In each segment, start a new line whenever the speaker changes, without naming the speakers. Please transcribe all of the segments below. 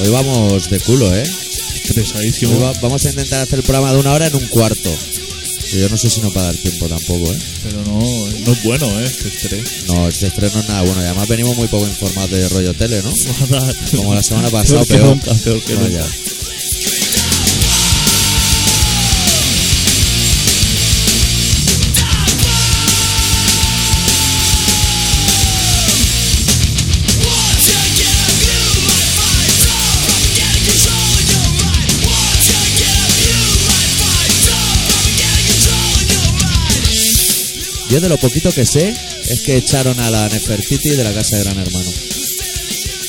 Hoy vamos de culo, ¿eh?
Pesadísimo.
Hoy va- vamos a intentar hacer el programa de una hora en un cuarto. Que Yo no sé si no va a dar tiempo tampoco, ¿eh?
Pero no, no es bueno, ¿eh? Este estrés.
No, este estreno no es nada bueno. Y además venimos muy poco informados de rollo tele, ¿no?
Fatal.
Como la semana pasada,
Peor que
peor.
nunca, peor que
Vaya.
nunca.
Yo de lo poquito que sé es que echaron a la Nefertiti de la casa de Gran Hermano.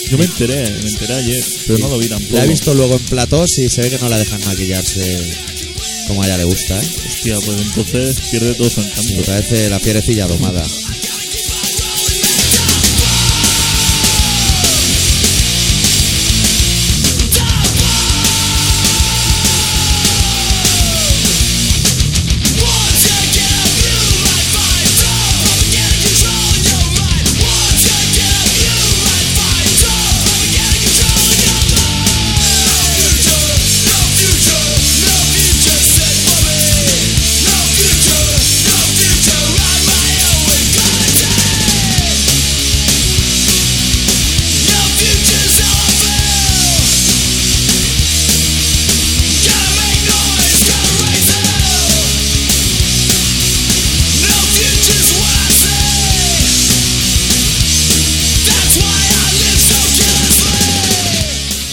Yo me enteré, me enteré ayer, pero no lo vi tampoco.
La he visto luego en platós y se ve que no la dejan maquillarse como a ella le gusta, ¿eh?
Hostia, pues entonces pierde todo su encanto.
Me parece la fierecilla domada.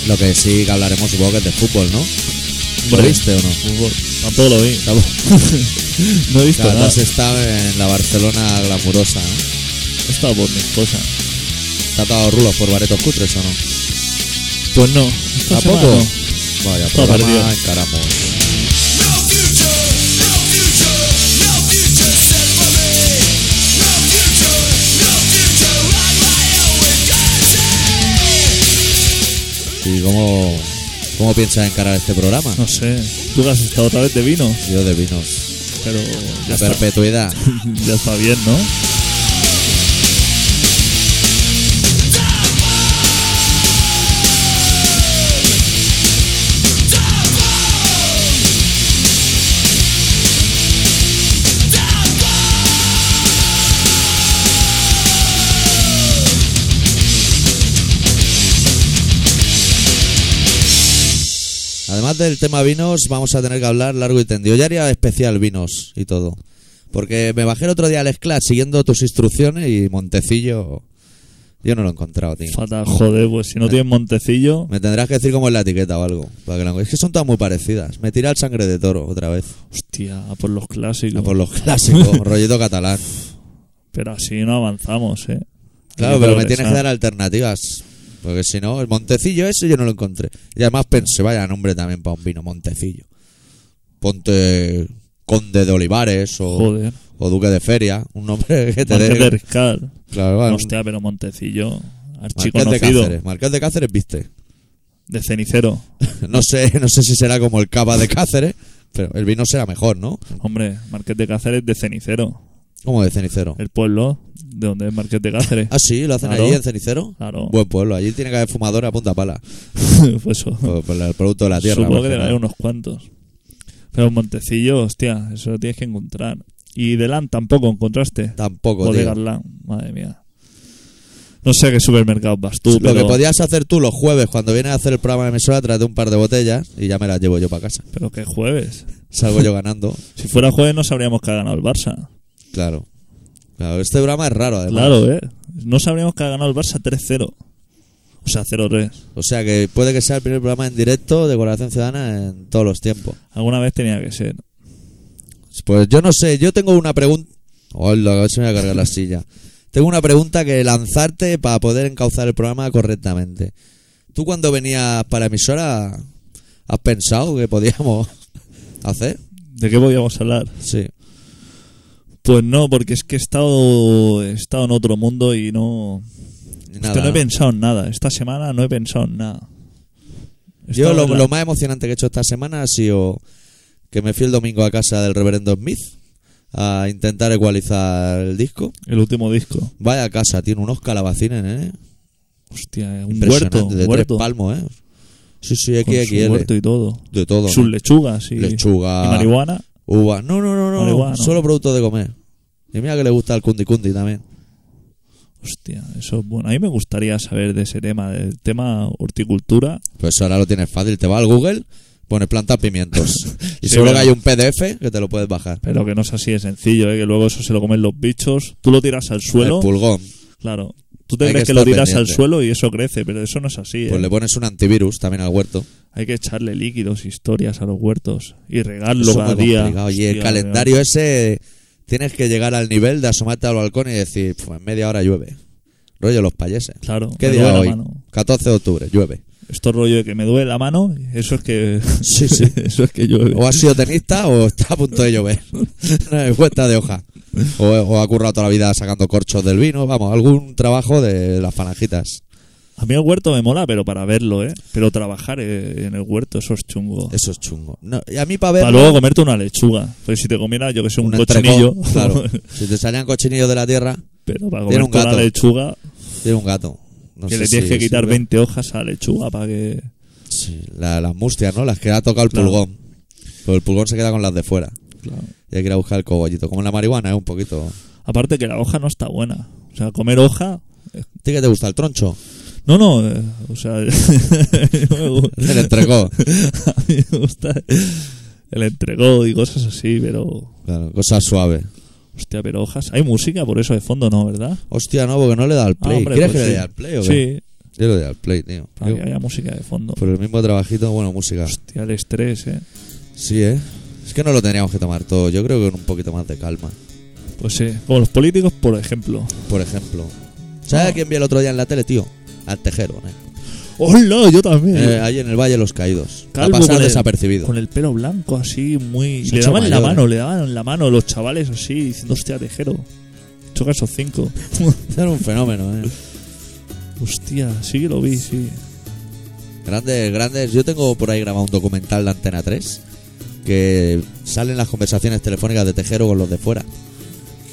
Lo que sí que hablaremos supongo que es de fútbol, ¿no? ¿Lo
Hombre,
viste o no?
fútbol. Tampoco lo vi.
Estamos-
No he visto
Cada
nada.
dos está en la Barcelona glamurosa, ¿no?
Está por mi esposa.
¿Te ha dado rulos por baretos cutres o no?
Pues no. Esta
¿Tampoco?
semana no.
Vaya,
Está perdido.
programa encaramos. ¿Y cómo, cómo piensas encarar este programa?
No sé. Tú que has estado otra vez de vino,
Yo de vinos.
pero ya
La
está,
perpetuidad.
ya está bien, ¿no?
Además del tema vinos, vamos a tener que hablar largo y tendido. Yo haría especial vinos y todo. Porque me bajé el otro día al Sclatch siguiendo tus instrucciones y Montecillo. Yo no lo he encontrado, tío.
Fatal, joder, pues si no tienes Montecillo.
Me tendrás que decir cómo es la etiqueta o algo. para que la- Es que son todas muy parecidas. Me tira el sangre de toro otra vez.
Hostia, a por los clásicos.
A por los clásicos, rollito catalán.
Pero así no avanzamos, ¿eh?
Claro,
Hay
pero me
progresar.
tienes que dar alternativas. Porque si no, el Montecillo ese yo no lo encontré. Y además pensé, vaya nombre también para un vino, Montecillo. Ponte Conde de Olivares o,
Joder,
o Duque de Feria. Un nombre que te
Marqués de
dé.
Riscal.
Claro, vale, un-
Hostia, pero Montecillo,
Marqués de
archiconocido, de,
Cáceres. Marqués de Cáceres, viste.
cenicero.
No sé, no sé si será como el cava de Cáceres, pero el vino será mejor, ¿no?
Hombre, Marqués de Cáceres de cenicero.
Como de cenicero.
El pueblo de donde es Marqués de Cáceres.
Ah, sí, lo hacen
Eh, Claro.
allí en cenicero.
Claro,
Buen pueblo, allí tiene que haber fumadores a punta pala.
pues eso.
Por, por el producto de la tierra. ¿eh?
Supongo
más que
que debe
nada.
haber unos cuantos. Pero Montecillo, hostia, eso lo tienes que encontrar. Y Delan tampoco encontraste.
Tampoco, tío.
Bodega Lan, madre mía. No sé a qué supermercado vas tú,
Lo que
pero,
podías hacer tú los jueves cuando vienes a hacer el programa de emisora, tráete un par de botellas y ya me las llevo yo para casa.
pero que jueves.
Salgo yo ganando.
Si fuera jueves no sabríamos que ha ganado el Barça.
Claro. Claro, este programa es raro además.
Claro, ¿eh? No sabríamos que ha ganado el Barça 3-0. O sea, 0-3.
O sea que puede que sea el primer programa en directo de Colaboración Ciudadana en todos los tiempos.
Alguna vez tenía que ser.
Pues yo no sé, yo tengo una pregunta. Hola, a ver si me voy a cargar la silla. Tengo una pregunta que lanzarte para poder encauzar el programa correctamente. ¿Tú cuando venías para la emisora has pensado que podíamos hacer?
¿De qué podíamos hablar?
Sí.
Pues no, porque es que he estado, he estado en otro mundo y no...
Ni
Es que no
Nada.
he pensado en nada. Esta semana no he pensado en nada. He
Yo
estado
lo,
en la-
lo más emocionante que he hecho esta semana ha sido que me fui el domingo a casa del reverendo Smith a intentar ecualizar el disco.
El último disco.
Vaya casa, tiene unos calabacines, ¿eh?
Hostia, eh, un
Impresionante,
huerto. un
de
huerto.
tres palmos, ¿eh? Sí, sí,
con su
XXL.
huerto y todo.
De todo.
Sus lechugas y, y
Lechuga,
marihuana.
uva. No, no, no, no.
Marihuana.
Solo productos de comer. Y mira que le gusta el cundi cundi también.
Hostia, eso es bueno. A mí me gustaría saber de ese tema, del tema horticultura.
Pues ahora lo tienes fácil. Te vas al Google, pones plantas pimientos. y
Sí,
seguro que
verdad.
hay un PDF que te lo puedes bajar.
Pero que no es así de sencillo, ¿eh? que luego eso se lo comen los bichos. Tú lo tiras al
El
suelo.
pulgón.
Claro. Tú te
pues, Hay que
crees que, lo
estar
tiras al
pendiente.
suelo y eso crece, pero eso no es así.
Pues
¿eh?
le pones un antivirus también al huerto.
Hay que echarle líquidos, historias a los huertos y regarlo
Eso es
cada
muy
día.
complicado. Y el
Hostia,
calendario ese tienes que llegar al nivel de asomarte al balcón y decir, pues en media hora llueve. Rollo los payeses.
Claro.
¿Qué
me
día
duele la
hoy?
mano.
14 de octubre, llueve.
Esto rollo de que me duele la mano, eso es que.
Sí, sí.
eso es que llueve.
O has sido tenista o está a punto de llover. No hay vuelta de hoja. O, o ha currado toda la vida sacando corchos del vino. Vamos, algún trabajo de las falangitas.
A mí el huerto me mola, pero para verlo, ¿eh? Pero trabajar eh, en el huerto, eso es chungo.
Eso es chungo. No, y a mí para ver
Para luego comerte una lechuga. Pues si te comieras, yo que sé, un,
un
cochinillo.
entrecot, claro. Si te salían cochinillos de la tierra,
pero para
Tiene un
comerte una
gato.
lechuga,
tiene un gato. No
que
sé
le tienes
si
que quitar
sirve.
20 hojas a la lechuga para que.
Sí, la- las mustias, ¿no? Las que ha tocado el
Claro.
pulgón. Pero el pulgón se queda con las de fuera.
Claro.
Y hay que ir a buscar el cogollito. Como en la marihuana, es un poquito.
Aparte que la hoja no está buena. O sea, comer hoja.
¿A ti que te gusta el troncho?
No, no, eh, o sea, no me gusta.
El entrecó.
A mí me gusta el entregó y cosas así, pero.
Claro, cosas suaves.
Hostia, pero hojas. Hay música por eso de fondo, ¿no? ¿Verdad?
Hostia, no, porque no le da al play.
hombre,
¿Quieres
pues
que le dé
sí.
al play o qué?
sí,
Yo le doy al play, tío.
para que haya música de fondo.
Por el mismo trabajito, bueno, música.
Hostia, el estrés, ¿eh?
Sí, ¿eh? Es que no lo teníamos que tomar todo. Yo creo que con un poquito más de calma.
Pues sí. Como los políticos, por ejemplo.
Por ejemplo. ¿Sabes a quién vi el otro día en la tele, tío? Al Tejero, ¿eh?
¡Hola! Yo también.
Eh, ahí en el Valle de los Caídos. A
Calvo
pasar
con el-
desapercibido.
Con el pelo blanco así, muy.
Se ha
le
hecho
daban la
mayor, ¿eh?
mano, le daban la mano los chavales así, diciendo, hostia, tejero. Choca esos cinco.
Era un fenómeno, ¿eh?
Hostia, sí que lo vi, sí.
Grandes, grandes. Yo tengo por ahí grabado un documental de Antena 3 que salen las conversaciones telefónicas de Tejero con los de fuera.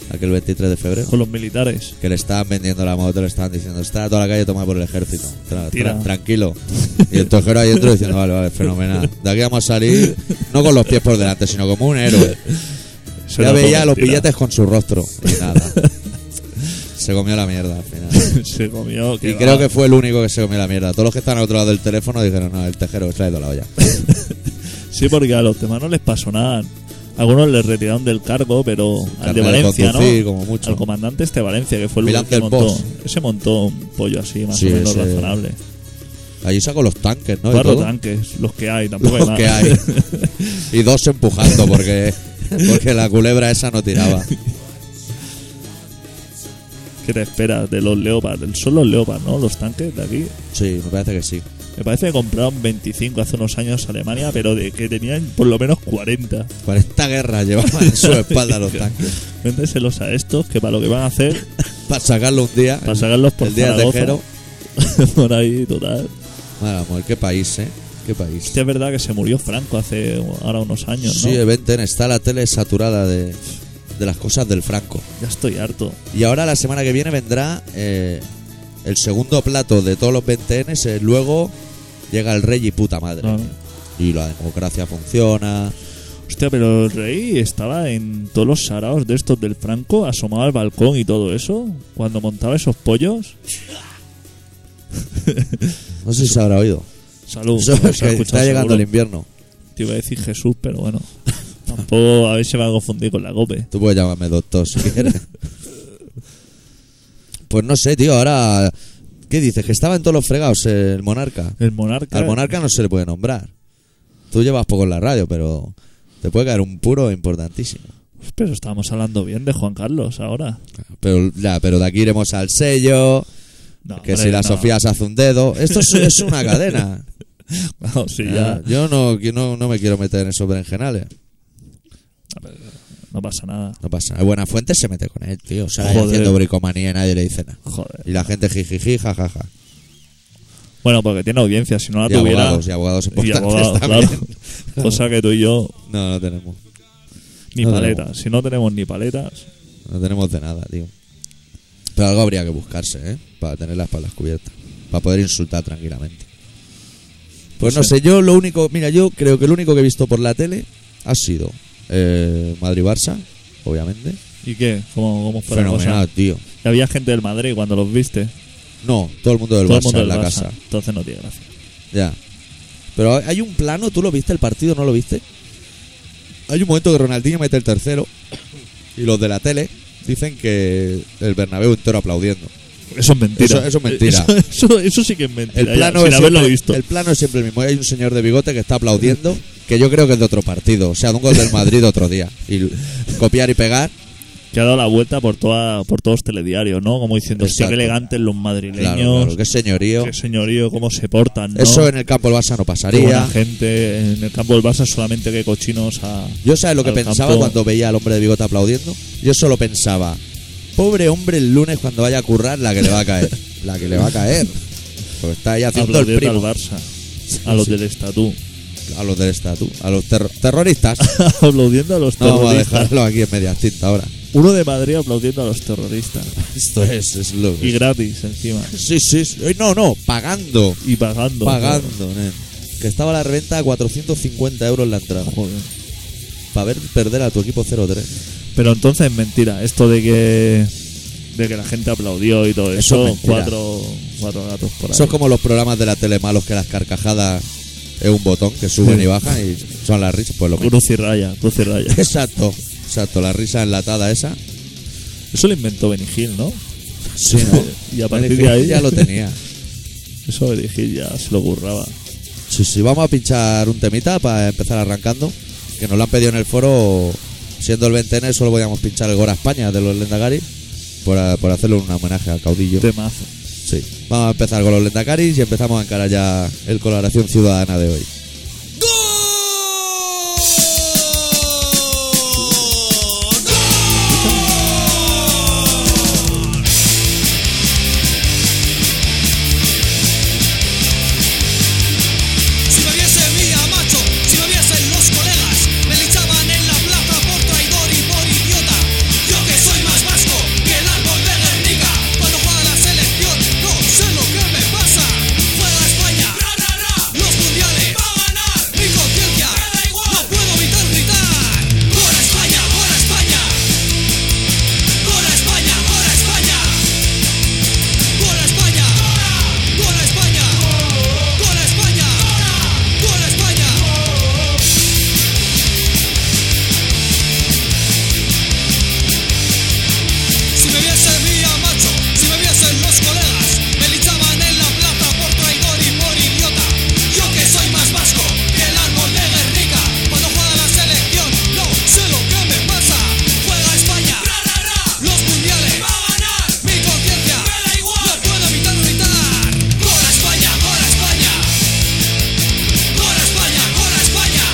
Aquel 23 de febrero.
Con los militares.
Que le estaban vendiendo la moto, le estaban diciendo, está toda la calle tomada por el ejército. Tra- tra-
Tira.
tranquilo. Y el Tejero ahí dentro diciendo, vale, vale, fenomenal. De aquí vamos a salir, no con los pies por delante, sino como un héroe. Ya
Eso era todo
veía los
mentira.
billetes con su rostro. Y nada. Se comió la mierda al final.
Se comió.
Y
va.
creo que fue el único que se comió la mierda. Todos los que están al otro lado del teléfono dijeron, no, el tejero se le ha ido la olla.
Sí, porque a los demás no les pasó nada. Algunos les retiraron del cargo, pero al de
Carnet de
Valencia,
conducir,
¿no?
como mucho.
Al comandante este de Valencia, que fue el
Milán
que
del
montó.
Bosch.
Ese montó un pollo así, más
Sí,
o menos
ese-
razonable.
Allí saco los tanques, ¿no? Y
Cuatro
todo.
tanques, los que hay, tampoco
Los
hay
que
más.
hay. Y dos empujando porque, porque la culebra esa no tiraba.
¿Qué te esperas de los Leopard? Son los Leopard, ¿no? Los tanques de aquí.
Sí, me parece que sí.
Me parece que compraron 25 hace unos años a Alemania, pero de que tenían por lo menos 40.
40 guerras llevaban en su espalda los tanques.
Véndeselos a estos, que para lo que van a hacer,
Para sacarlo un día.
para sacarlos por
el día de
Zaragoza,
tejero.
por ahí, total.
Madre amor, qué país, ¿eh? Qué país.
Hostia, es verdad que se murió Franco hace ahora unos años, Este ¿no?
Sí, Eventen, está la tele saturada de, de las cosas del Franco.
Ya estoy harto.
Y ahora la semana que viene vendrá eh, el segundo plato de todos los 20Ns. eh, luego llega el rey y puta madre.
Claro.
Y la democracia funciona.
Hostia, pero el rey estaba en todos los saraos de estos del Franco, asomado al balcón y todo eso, cuando montaba esos pollos.
No sé si se habrá oído.
Salud.
Eso
se ha
es que
escuchado
está llegando
seguro.
el invierno.
Te iba a decir Jesús, pero bueno. Tampoco a ver si me va a confundir con la cope.
Tú puedes llamarme doctor si quieres. pues no sé, tío. Ahora, ¿qué dices? Que estaba en todos los fregados eh, el monarca.
El monarca.
Al monarca no se le puede nombrar. Tú llevas poco en la radio, pero te puede caer un puro importantísimo.
Pero estábamos hablando bien de Juan Carlos ahora.
Pero, ya, pero de aquí iremos al sello.
No,
Que
hombre,
si la
no.
Sofía se hace un dedo. Esto es, es una cadena.
No, sí, ya.
Ah, Yo no, que no, no me quiero meter en esos berenjenales.
No pasa nada.
No pasa nada. Buena Fuente se mete con él, tío. O sea, ahí
Joder.
haciendo bricomanía y nadie le dice nada.
Joder.
Y la gente jijiji, jajaja.
Bueno, porque tiene audiencia. Si no la
Y
tuviera.
abogados, y abogados
y
importantes
abogados,
también.
claro. Cosa que tú y yo
No, no tenemos.
Ni
No
paletas.
tenemos.
Si no tenemos ni paletas,
No tenemos de nada, tío. Pero algo habría que buscarse, ¿eh? Para tener las espaldas cubiertas. Para poder insultar tranquilamente. Pues no, sé. yo lo único, mira, yo creo que lo único que he visto por la tele ha sido eh, Madrid-Barça, obviamente.
¿Y qué? ¿Cómo, cómo fue la cosa?
Fenomenal, tío.
Y había gente del Madrid cuando los viste.
No, todo el mundo del
Todo el
Barça
mundo
en
del
la
Barça.
casa.
Entonces no tiene gracia.
Ya. Pero hay un plano, ¿tú lo viste el partido? ¿No lo viste? Hay un momento que Ronaldinho mete el tercero y los de la tele dicen que el Bernabéu entero aplaudiendo.
Eso es mentira.
Eso- eso es mentira.
Eso, eso- eso sí que es mentira.
El
ya,
plano,
sin
es
haberlo
siempre,
visto.
el plano es siempre el mismo. Hay un señor de bigote que está aplaudiendo, que yo creo que es de otro partido, o sea, de un gol del Madrid de otro día. Y l- copiar y pegar,
Que ha dado la vuelta por toda, por todos los telediarios, ¿no? Como diciendo, hostia,
Exacto.
qué elegantes los
claro,
madrileños.
claro, qué señorío.
Qué señorío, cómo se portan, ¿no?
Eso en el campo del Barça no
Qué buena
pasaría.
gente. En el campo del Barça solamente que cochinos a...
Yo sabes lo que
al
pensaba
campo.
cuando veía al hombre de bigote aplaudiendo. Yo solo pensaba, pobre hombre el lunes cuando vaya a currar la que le va a caer, la que le va a caer. Porque está ahí haciendo el
aplaudiendo
primo
al Barça. A los del estatú.
a los del estatu, a los terro- terroristas.
aplaudiendo a los
No vamos a
terroristas.
dejarlo aquí en medias tintas ahora.
Uno de Madrid aplaudiendo a los terroristas.
Esto es, es lo
Y gratis, encima.
Sí, sí, sí. No, no, pagando.
Y pagando.
Pagando, nen. Que estaba la reventa a 450 euros la entrada.
Joder.
Para ver perder a tu equipo 0-3.
Pero entonces mentira, esto de que de que la gente aplaudió y todo
Eso
eso,
es mentira.
cuatro, cuatro gatos por ahí.
Eso es como los programas de la tele malos que las carcajadas es un botón que suben y bajan y son las risas. Pues lo mismo.
Cruz y raya, cruz y raya.
Exacto, exacto. La risa enlatada esa.
Eso lo inventó Benny Hill, ¿no?
Sí, ¿no?
Y a partir de ahí-
Pues Ya lo tenía.
Eso Benny Hill ya se lo burraba.
Sí, sí, vamos a pinchar un temita para empezar arrancando. Que nos lo han pedido en el foro. Siendo el 20N, solo podíamos pinchar el Gora España de los Lendakari. Por, por hacerle un homenaje al caudillo.
Temazo.
Sí. Vamos a empezar con los Lendacaris y empezamos a encarar ya el colaboración ciudadana de hoy.
Si me viesen mía, macho, si me viesen los colegas, me linchaban en la plaza por traidor y por idiota. Yo que soy más vasco que el árbol de Guernica, cuando juega la selección, no sé lo que me pasa. Juega España, los mundiales, va a ganar. Mi conciencia, no puedo evitar gritar. ¡Gol a España, gol a España! ¡Gol a España, gol a España! ¡Gol a España! ¡Gol a España! ¡Gol a España! ¡Gol a España! Si me viesen mía, macho, si me viesen los colegas, me linchaban en la plaza por traidor y por idiota. Yo que soy más vasco que el árbol de Guernica, cuando juega la selección, no sé lo que me pasa. Juega España, los mundiales, va a ganar. Mi conciencia, no puedo evitar gritar. ¡Gol a España, gol a España! ¡Gol a España, gol a España!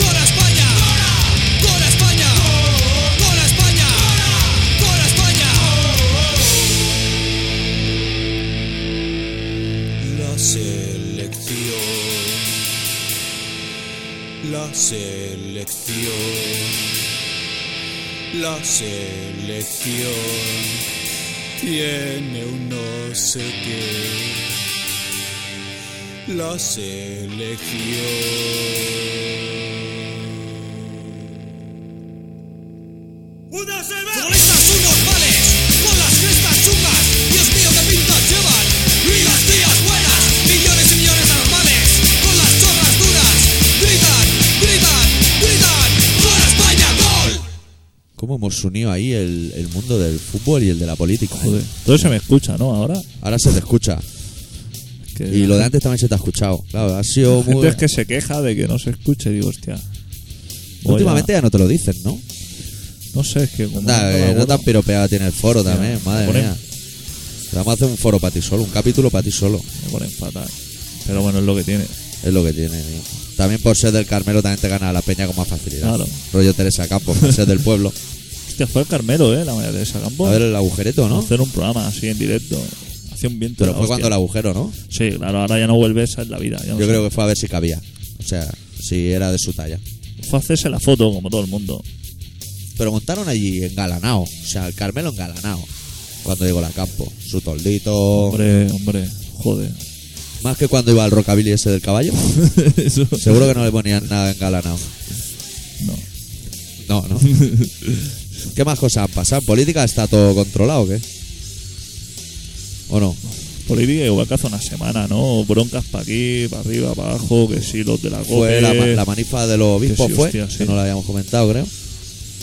¡Gol a España! ¡Gol a España! ¡Gol a España! ¡Gol a España!
La selección. La selección. La selección. Tiene un no sé qué. La selección.
Futbolistas unos males, con las crestas chungas, Dios mío qué pintas llevan, y las tías buenas, millones y millones normales, con las chorras duras, gritan, gritan, gritan, gol a España, gol.
¿Cómo hemos unido ahí el, el mundo del fútbol y el de la política? eh?
Joder. Todo se me escucha, ¿no? Ahora.
Ahora se te escucha.
Que
Y lo de antes también se te ha escuchado. Claro, ha sido
la gente
muy.
es que se queja de que no se escuche, digo, hostia. voy
Últimamente
a-
ya no te lo dicen, ¿no?
no sé, es que como
Anda,
no
que
me
no
acuerdo.
tan piropeada tiene el foro también, madre
ponen-
mía. Te Vamos a hacer un foro para ti solo, un capítulo para ti solo.
me ponen fatal. Pero bueno, es lo que tiene.
Es lo que tiene, tío. También por ser del Carmelo también te gana la peña con más facilidad.
Claro.
Rollo Teresa Campos, por ser del pueblo.
Hostia, fue el Carmelo, ¿eh? La manera de esa campo.
A ver el agujereto, ¿no?
hacer un programa así en directo. Hacía un viento.
Pero
de
fue
hostia.
cuando el agujero, ¿no?
Sí, claro, ahora ya no vuelves en la vida. ya no
Yo
sé.
creo que fue a ver si cabía. O sea, si era de su talla.
Fue a hacerse la foto como todo el mundo.
Pero montaron allí engalanao. O sea, el Carmelo engalanao. Cuando llegó la campo. Su toldito.
Hombre, hombre, joder.
Más que cuando iba al rockabilly ese del caballo.
Eso.
Seguro que no le ponían nada engalanado.
No.
No, no. ¿Qué más cosas han pasado? ¿En política está todo controlado o qué? ¿O no?
Política y vaca hace una semana, ¿no? Broncas para aquí, para arriba, para abajo, que sí, los de la COPE.
Fue la, ma- la manifa de los obispos,
sí,
fue.
hostia, sí.
Que no la habíamos comentado, creo.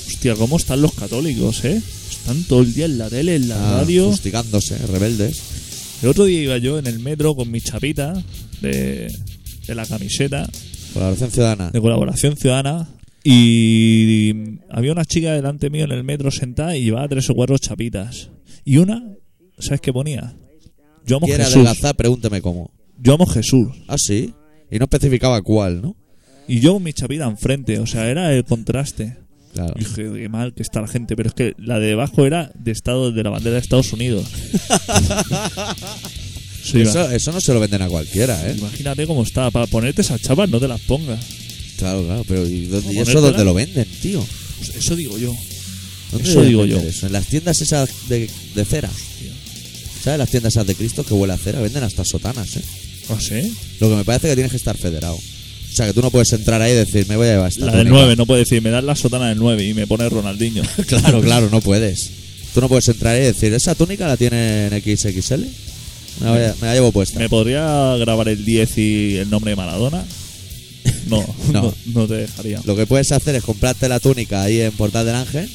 Hostia, ¿cómo están los católicos, eh? Están todo el día en la tele, en la
Ah,
radio.
Fustigándose, rebeldes.
El otro día iba yo en el metro con mi chapita de, de la camiseta
Colaboración ciudadana.
de colaboración ciudadana y había una chica delante mío en el metro sentada y llevaba tres o cuatro chapitas. Y una, ¿sabes qué ponía? Yo amo
Quiere
Jesús.
adelgazar, pregúnteme cómo.
Yo amo Jesús.
Ah, sí. Y no especificaba cuál, ¿no?
Y yo con mi chapita enfrente, o sea, era el contraste.
Claro.
Y dije, qué mal que está la gente, pero es que la de debajo era de estado de la bandera de Estados Unidos. Sí, va.
Eso, eso no se lo venden a cualquiera, ¿eh?
Imagínate cómo está. Para ponerte esas chapas no te las pongas.
Claro, claro. Pero ¿y, dónde- y
Ponértela.
eso dónde lo venden, tío?
Pues eso digo yo.
¿Dónde
Eso
deben
digo
vender
yo.
eso? En las tiendas esas de, de cera. ¿Sabes? Las tiendas esas de Cristo que huele a cera venden hasta sotanas, ¿eh?
No sé.
Lo que me parece que tienes que estar federado. O sea, que tú no puedes entrar ahí y decir, me voy a llevar esta
La del
túnica.
9, no puede decir, me das la sotana del 9 y me pone Ronaldinho.
Claro, claro, no puedes. Tú no puedes entrar ahí y decir, esa túnica la tiene en XXL. Me la, voy a- me la llevo puesta.
¿Me podría grabar el 10 y el nombre de Maradona? No, no,
No.
no, te dejaría.
Lo que puedes hacer es comprarte la túnica ahí en Portal del Ángel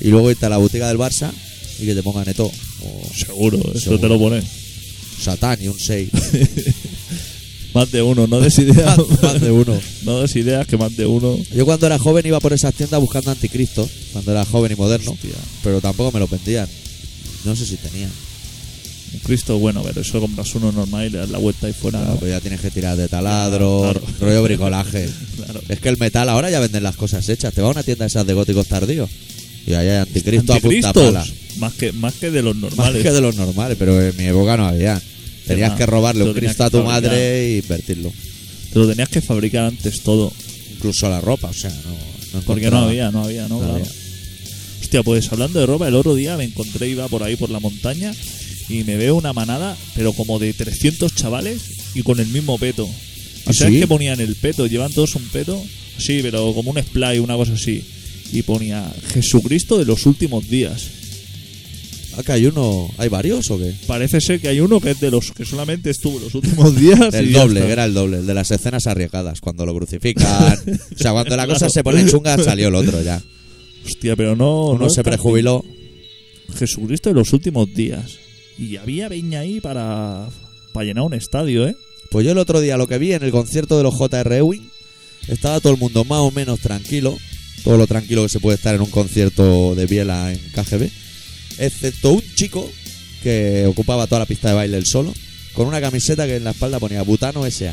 y luego irte a la botica del Barça y que te pongan Eto o
Seguro, eso
Seguro.
te lo pone.
Satán y un 6.
Más de uno, no des ideas.
Más de uno.
No des ideas que más de uno.
Yo cuando era joven iba por esas tiendas buscando anticristo, cuando era joven y moderno,
Hostia.
pero tampoco me lo vendían. No sé si tenían.
Un Cristo, bueno, pero eso compras uno normal y le das la vuelta y fuera.
Claro,
¿no?
pues ya tienes que tirar de taladro,
Claro, claro.
rollo bricolaje.
Claro.
Es que el metal ahora ya venden las cosas hechas. Te vas a una tienda esas de góticos tardíos y allá hay anticristo, a punta pala.
Anticristos, más que, más que de los
Más
normales.
que de los normales, pero en mi época no había. Tenías
Tema.
que robarle
Lo
un
tenías
cristo a
que
tu
fabricar.
madre y invertirlo.
Te lo tenías que fabricar antes todo.
Incluso la ropa, o sea, no. no
Porque no
encontraba.
había, no había, no,
No
claro.
había.
Hostia, pues hablando de ropa, el otro día me encontré, iba por ahí por la montaña y me veo una manada, pero como de 300 chavales y con el mismo peto.
¿Ah,
¿Y sabes
sí?
qué ponían el peto? ¿Llevan todos un peto? Sí, pero como un splay, una cosa así. Y ponía Jesucristo de los últimos días.
Acá Ah, hay uno. ¿Hay varios o qué?
Parece ser que hay uno que es de los que solamente estuvo los últimos días. y
El
ya
doble,
está.
que era el doble, el de las escenas arriesgadas, cuando lo crucifican. o sea, cuando la cosa se pone chunga, salió el otro ya.
Hostia, pero no.
Uno
no
se
está-
prejubiló.
Jesucristo de los últimos días. Y había peña ahí para, para llenar un estadio, ¿eh?
Pues yo el otro día lo que vi en el concierto de los JR Ewing, estaba todo el mundo más o menos tranquilo, todo lo tranquilo que se puede estar en un concierto de Biela en KGB, excepto un chico que ocupaba toda la pista de baile él solo, con una camiseta que en la espalda ponía Butano S.A.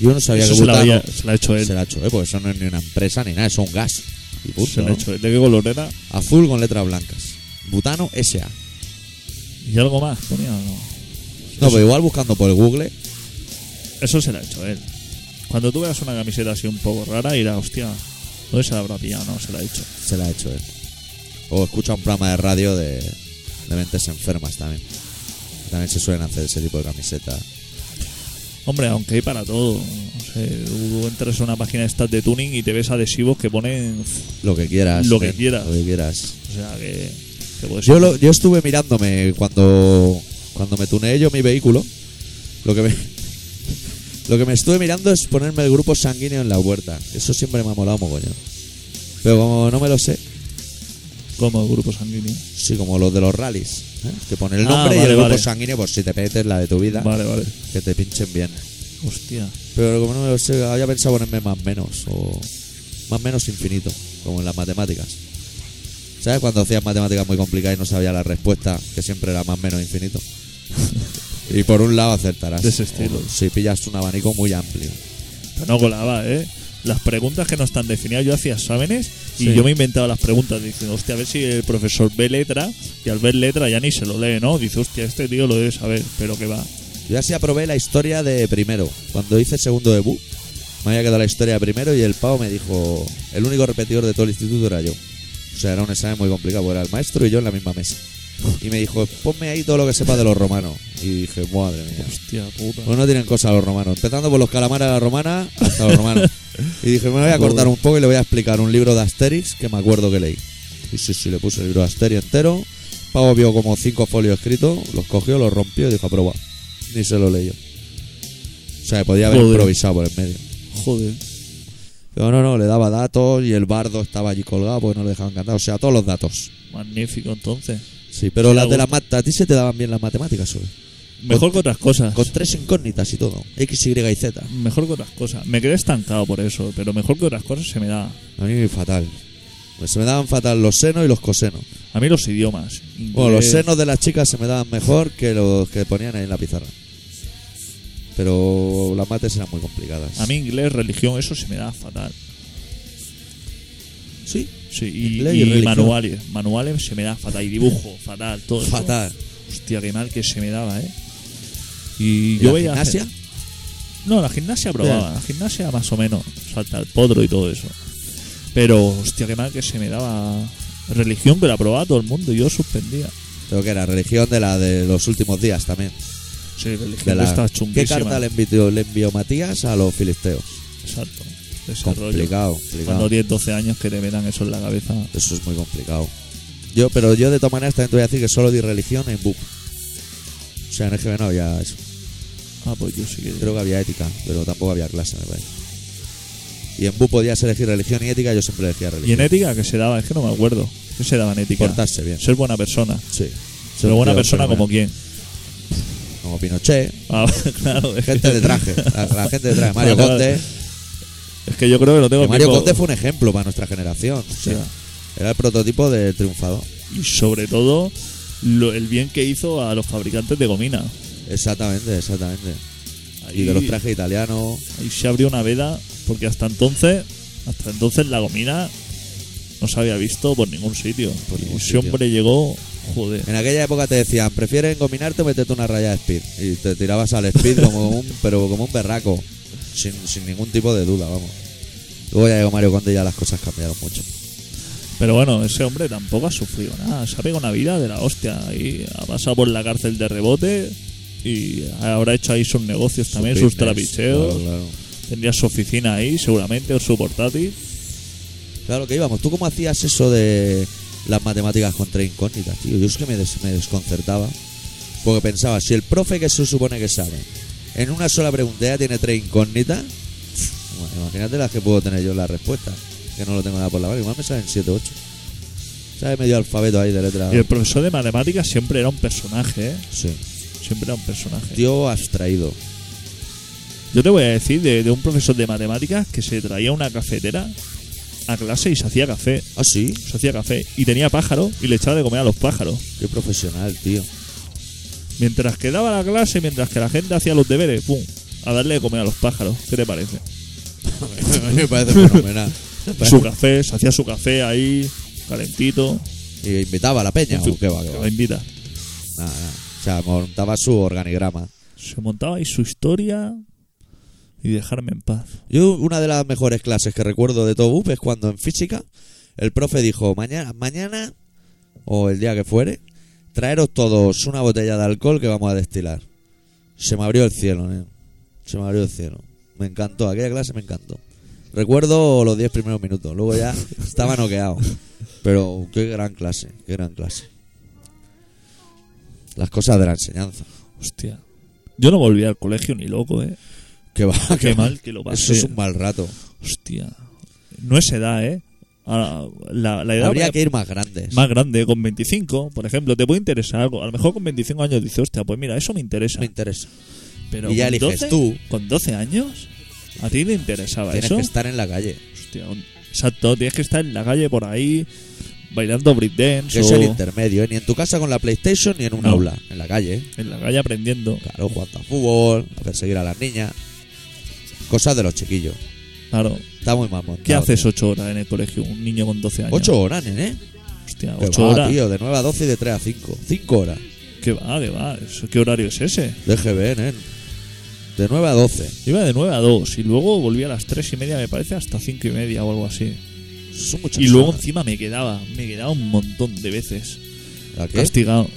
Yo no sabía
Eso
que
se, la
Butano
había- se la ha hecho él.
se la ha hecho, eh, porque eso no es ni una empresa ni nada, eso es un gas. Y punto,
Se la ha
¿no?
hecho él. ¿De qué color era?
Azul con letras blancas. Butano S.A.
¿Y algo más? Ponía, o no?
No, pero igual buscando por el Google,
Eso se la ha hecho él. Cuando tú veas una camiseta así un poco rara, irá, hostia, ¿dónde se la habrá pillado? No, se la ha hecho.
se la ha hecho él. O escucha un programa de radio de, de mentes enfermas también. También se suelen hacer ese tipo de camisetas.
Hombre, aunque hay para todo. No sé, tú entras a una página de estas de tuning y te ves adhesivos que ponen.
Lo que quieras.
Lo que
ven,
quieras.
Lo que quieras. Pues
O sea, que. que puede ser.
Yo, lo- yo estuve mirándome cuando, cuando me tuneé yo mi vehículo. Lo que me. Lo que me estuve mirando es ponerme el grupo sanguíneo en la huerta. Eso siempre me ha molado mogollón. Pero como no me lo sé,
Como grupo sanguíneo.
sí, como los de los rallies. ¿eh? Que pone el
Ah,
nombre y
vale,
el grupo
vale.
sanguíneo por si te metes la de tu vida.
Vale, vale.
Que te pinchen bien.
Hostia.
Pero como no me lo sé, había pensado ponerme más menos o más menos infinito, como en las matemáticas. ¿Sabes cuando hacías matemáticas muy complicadas y no sabía la respuesta, que siempre era más menos infinito? y por un lado acertarás.
De ese estilo.
O si pillas un abanico muy amplio.
Pero no colaba, ¿eh? Las preguntas que no están definidas, yo hacía exámenes y
Sí.
yo me inventaba las preguntas diciendo, hostia, a ver si el profesor ve letra y al ver letra ya ni se lo lee, ¿no? Dice, hostia, este tío lo debe saber, pero que va.
Yo así aprobé la historia de primero. Cuando hice segundo debut, me había quedado la historia de primero y el pavo me dijo, el único repetidor de todo el instituto era yo. O sea, era un examen muy complicado, porque era el maestro y yo en la misma mesa. Y me dijo, ponme ahí todo lo que sepa de los romanos. Y dije, madre mía.
Hostia puta.
Pues no tienen cosa los romanos. Empezando por los calamares a la romana hasta los romanos. Y dije, me voy a cortar un poco y le voy a explicar un libro de Asterix que me acuerdo que leí. Y sí, sí, le puse el libro de Asterix entero. Pavo vio como cinco folios escritos, los cogió, los rompió y dijo, aproba. Ni se lo leyó. O sea, que podía haber
Joder.
improvisado por en medio.
Joder.
Pero no, no, le daba datos y el bardo estaba allí colgado porque no le dejaban cantar. O sea, todos los datos.
Magnífico entonces.
Sí, pero
Sí,
las
me
de la mata, a ti se te daban bien las matemáticas, sobre.
Mejor que otras cosas.
Con tres incógnitas y todo. X, Y y Z.
Mejor que otras cosas. Me quedé estancado por eso, pero mejor que otras cosas se me da.
A mí fatal. Pues se me daban fatal los senos y los cosenos.
A mí los idiomas.
Bueno, los
inglés,
senos de las chicas se me daban mejor que los que ponían ahí en la pizarra. Pero las mates eran muy complicadas.
A mí inglés, religión, eso se me da fatal.
Sí.
Sí, y,
Inglés y
y
religión.
manuales. Manuales se me da fatal. Y dibujo, fatal, todo. eso.
Fatal.
Hostia, qué mal que se me daba, ¿eh? Y yo
la
veía.
gimnasia?
No, la gimnasia probaba. La gimnasia más o menos. Salta al podro y todo eso. Pero, hostia, qué mal que se me daba. Religión que la probaba todo el mundo y yo suspendía.
Pero que era religión de la de los últimos días también.
Sí, religión
De
que
la-
está
¿Qué
chunguísima.
carta le envió, le envió Matías a los filisteos?
Exacto. de ese rollo.
Complicado,
Cuando
complicado.
10, 12 años que te metan eso en la cabeza.
Eso es muy complicado. Yo, pero yo de todas maneras también te voy a decir que solo di religión en BUP. O sea, en EGB no había eso.
Ah, pues yo sí que.
Creo que había ética, pero tampoco había clase, me parece. Y en BU podías elegir religión y ética, yo siempre elegía
¿Y
religión.
en ética que se daba? Es que no me acuerdo. ¿Qué se daba en ética?
Portarse bien.
Ser buena persona.
Sí.
Pero buena
Yo,
persona
pero
como
bueno,
quién.
Como Pinochet,
Ah, claro. es
gente
que-
de traje. La, la gente de traje. Mario
Vale, vale.
Conde.
Es que yo creo que lo tengo
que Mario
aquí
Conde
por-
fue un ejemplo para nuestra generación. O sea,
Sí.
Era el prototipo de triunfador.
Y sobre todo, lo- el bien que hizo a los fabricantes de gomina.
Exactamente, exactamente.
Ahí,
Y de los trajes italianos.
ahí se abrió una veda, porque hasta entonces, hasta entonces la gomina no se había visto por ningún sitio.
Por
y
ningún
ese
sitio.
hombre llegó, joder.
En aquella época te decían, ¿prefieres engominarte o meterte una raya de speed? Y te tirabas al speed como un, pero como un berraco. Sin, sin ningún tipo de duda, vamos. Luego ya llegó Mario Conde y ya las cosas cambiaron mucho.
Pero bueno, ese hombre tampoco ha sufrido nada. Se ha pegado una vida de la hostia. Y ha pasado por la cárcel de rebote. Y habrá hecho ahí sus negocios también, sus,
business,
trapicheos.
Claro, claro.
Tendría su oficina ahí, seguramente, o su portátil.
Claro que íbamos. ¿Tú cómo hacías eso de las matemáticas con tres incógnitas, tío? Yo es que me, des- me desconcertaba. Porque pensaba, si el profe que se supone que sabe, en una sola pregunta ya tiene tres incógnitas, bueno, imagínate las que puedo tener yo en la respuesta. Que no lo tengo nada por la mano. Igual me salen siete, ocho. ¿Sabes? Medio alfabeto ahí de letra.
Y el profesor de matemáticas siempre era un personaje, ¿eh?
Sí.
Siempre era un personaje.
Tío abstraído.
Yo te voy a decir de, de un profesor de matemáticas que se traía una cafetera a clase y se hacía café.
Ah, sí.
Se hacía café. Y tenía pájaro y le echaba de comer a los pájaros.
Qué profesional, tío.
Mientras que daba la clase, mientras que la gente hacía los deberes, ¡pum! A darle de comer a los pájaros. ¿Qué te parece?
me parece fenomenal.
Su café, se hacía su café ahí, calentito.
Y invitaba a la peña.
En fin,
¿o qué va, qué
que
va?
lo invita.
Nada, nada. O sea, montaba su organigrama.
Se montaba ahí su historia y dejarme en paz.
Yo una de las mejores clases que recuerdo de todo BUP es cuando en física el profe dijo, mañana, mañana o el día que fuere, traeros todos una botella de alcohol que vamos a destilar. Se me abrió el cielo, nene. Se me abrió el cielo. Me encantó, aquella clase me encantó. Recuerdo los 10 primeros minutos, luego ya estaba noqueado. Pero qué gran clase, qué gran clase. Las cosas de la enseñanza.
Hostia. Yo no volví al colegio ni loco, ¿eh?
Ah, Qué, va,
Qué
va.
mal que lo pasé.
Eso es un mal rato.
Hostia. No es edad, ¿eh? Ahora, la, la edad
Habría
más-
que ir más grandes.
más grande, con 25, por ejemplo, te puede interesar algo. A lo mejor con 25 años dices, hostia, pues mira, eso me interesa.
Me interesa.
Pero
y ya
con
eliges tú.
Con 12 años, a ti te interesaba
Tienes
eso.
que estar en la calle.
Hostia, un- exacto, tienes que estar en la calle por ahí, bailando breakdance
Que es
o
el intermedio, ¿eh? ni en tu casa con la PlayStation ni en un
No.
aula, en la calle. ¿eh?
en la calle aprendiendo.
Claro, jugando a fútbol, a perseguir a las niñas. Cosas de los chiquillos.
Claro.
Está muy mal montado.
¿Qué haces 8 horas en el colegio? Un niño con 12 años.
8 horas, nene.
Hostia,
Que
8
va,
horas.
tío, de 9 a 12 y de 3 a 5. 5 horas.
¿Qué va? ¿Qué va? ¿Eso- ¿Qué horario es ese?
De GB, nen. De 9 a 12.
Iba de 9 a 2 y luego volví a las 3 y media, me parece, hasta 5 y media o algo así.
Son muchas
Y luego
horas.
encima me quedaba, me quedaba un montón de veces.
¿A qué?
Castigado.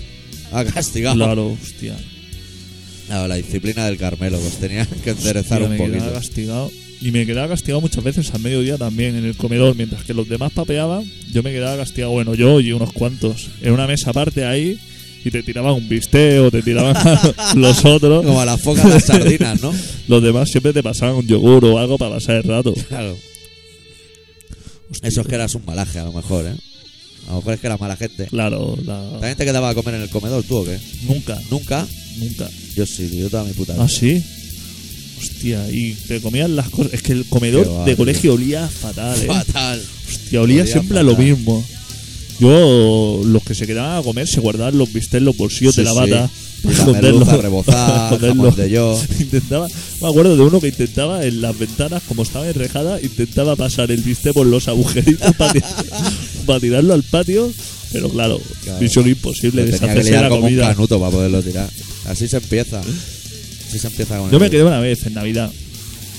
Ah, castigado.
Claro, hostia.
Ah, la disciplina del Carmelo, pues tenían que enderezar
Hostia,
un
me
poquito.
quedaba castigado. Y me quedaba castigado muchas veces al mediodía también en el comedor. Mientras que los demás papeaban, yo me quedaba castigado, bueno, yo y unos cuantos. En una mesa aparte ahí, y te tiraban un bisteo, te tiraban los otros.
Como a las focas de las sardinas, ¿no?
Los demás siempre te pasaban un yogur o algo para pasar el rato.
Claro.
Hostia.
Eso es que eras un malaje, a lo mejor, ¿eh? A lo mejor es que eras mala gente.
Claro, la-
¿También te quedaba a comer en el comedor tú o qué?
nunca,
¿Nunca?
nunca.
Yo sí, tío, yo toda mi puta vida.
¿Ah, sí? Hostia, y te comían las cosas. Es que el
Qué va,
comedor de
tío.
colegio olía fatal, ¿eh?
Fatal.
Hostia, olía,
Olía
siempre a lo
fatal.
mismo. Yo, los que se quedaban a comer, se guardaban los bistecs, en los bolsillos de
Sí,
la
sí.
bata.
Y la
para esconderlos,
merluza rebozada,
para
jamón
esconderlos.
de yo.
Intentaba, me acuerdo de uno que intentaba en las ventanas, como estaba enrejada, intentaba pasar el bistec por los agujeritos para, tirarlo al patio. Pero claro,
Claro.
misión imposible,
Lo tenía que
deshacerse de
liar
la
como un
comida.
canuto para poderlo tirar. Así se empieza. Así se empieza con
Yo
el,
me quedé una vez en Navidad.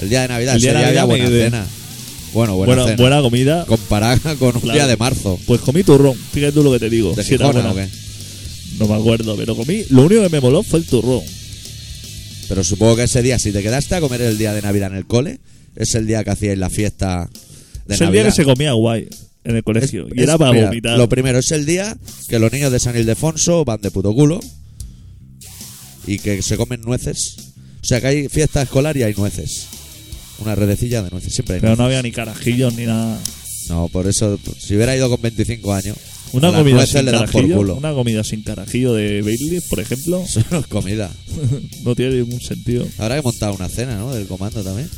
el día de Navidad.
el día
ese
de
día había
Navidad me
buena
quedé.
cena. Bueno, buena
Buena,
cena.
buena comida.
Comparada con un
Claro.
día de marzo.
Pues comí turrón, fíjate tú lo que te digo.
¿De
si era
Gijona o
buena.
qué?
No me acuerdo, pero comí. Lo único que me moló fue el turrón.
Pero supongo que ese día, si te quedaste a comer el día de Navidad en el cole, es el día que hacíais la fiesta de
Es el
Navidad.
día que se comía guay en el
Es-
colegio. y
es-
era para
mira,
vomitar.
Lo primero es el día que los niños de San Ildefonso van de puto culo y que se comen nueces. O sea que hay fiesta escolar y hay nueces. Una redecilla de nueces, siempre hay
Pero
nueces.
no había ni carajillos ni nada.
No, por eso, si hubiera ido con 25 años,
Una
a las
comida
nueces
sin
le dan por
carajillo.
culo.
Una comida sin carajillo de Bailey, por ejemplo,
Eso no es comida.
no tiene ningún sentido.
Habrá que montar una cena, ¿no? Del comando también.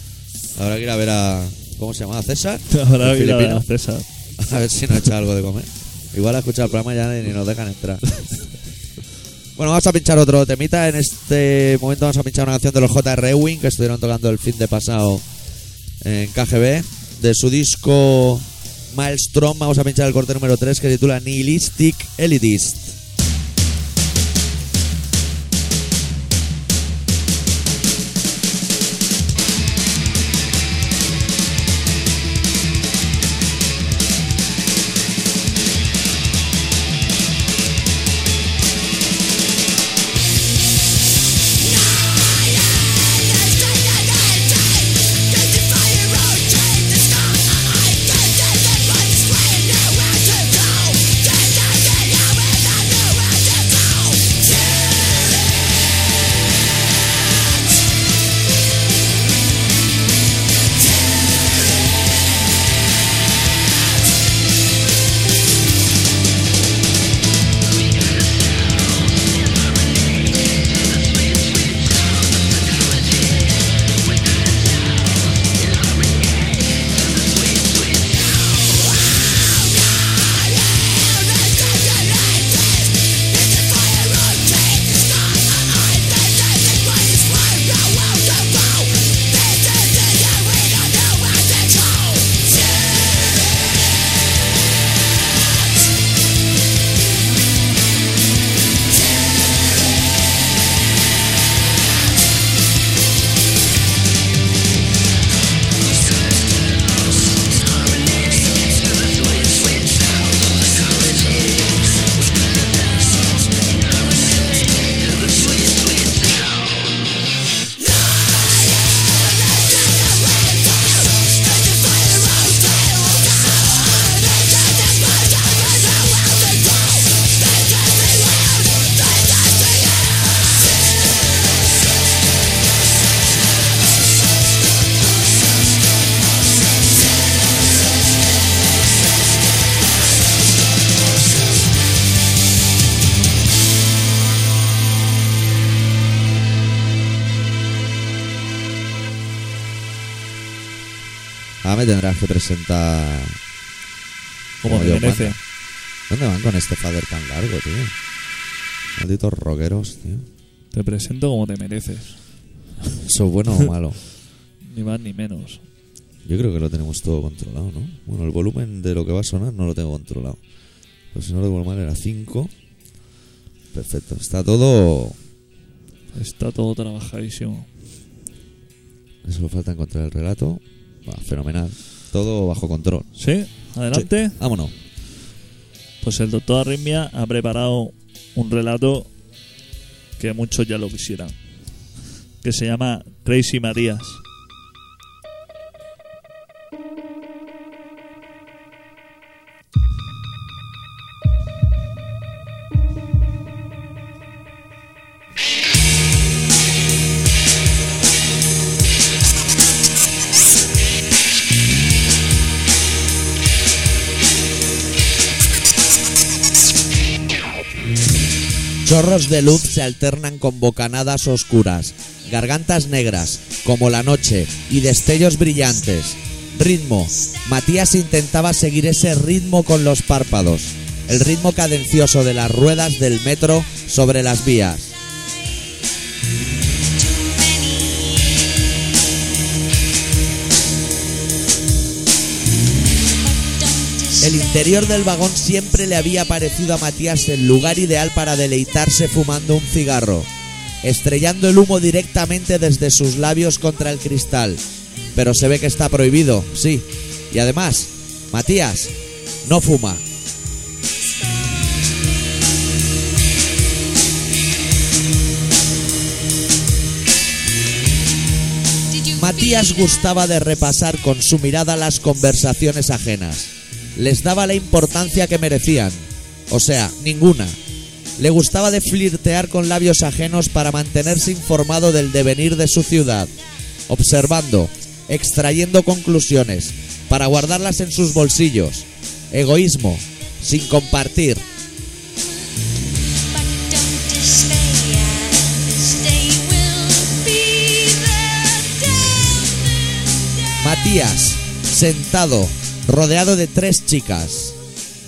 Habrá que ir a ver a. ¿Cómo se llama? ¿A César?
Ahora
¿El
que la
filipino?
de César.
A ver si nos echa algo de comer. Igual a escuchar el programa ya ni nos dejan entrar. Bueno, vamos a pinchar otro temita. En este momento vamos a pinchar una canción de los JR Ewing que estuvieron tocando el fin de pasado en KGB. De su disco Maelstrom vamos a pinchar el corte número 3 que se titula Nihilistic Elitist. Ahora Ah, me tendrás que presentar.
Como
Dios
me merece.
manda. ¿Dónde van con este fader tan largo, tío? Malditos rockeros, tío.
Te presento como te mereces.
¿Eso es bueno o malo?
Ni más ni menos.
Yo creo que lo tenemos todo controlado, ¿no? Bueno, el volumen de lo que va a sonar no lo tengo controlado. Pues si no recuerdo mal era 5. Perfecto. Está todo...
Está todo trabajadísimo.
Solo falta encontrar el relato. Va, fenomenal. Todo bajo control.
¿Sí? Adelante.
Vámonos.
Pues el doctor Arritmia ha preparado un relato que muchos ya lo quisieran, que se llama Crazy Matías.
Chorros de luz se alternan con bocanadas oscuras, gargantas negras, como la noche, y destellos brillantes. Ritmo. Matías intentaba seguir ese ritmo con los párpados, el ritmo cadencioso de las ruedas del metro sobre las vías. El interior del vagón siempre le había parecido a Matías el lugar ideal para deleitarse fumando un cigarro, estrellando el humo directamente desde sus labios contra el cristal. Pero se ve que está prohibido, sí. Y además, Matías no fuma. Matías gustaba de repasar con su mirada las conversaciones ajenas. Les daba la importancia que merecían. O sea, ninguna. Le gustaba de flirtear con labios ajenos para mantenerse informado del devenir de su ciudad, observando, extrayendo conclusiones, para guardarlas en sus bolsillos. Egoísmo, sin compartir, Matías, sentado, rodeado de tres chicas.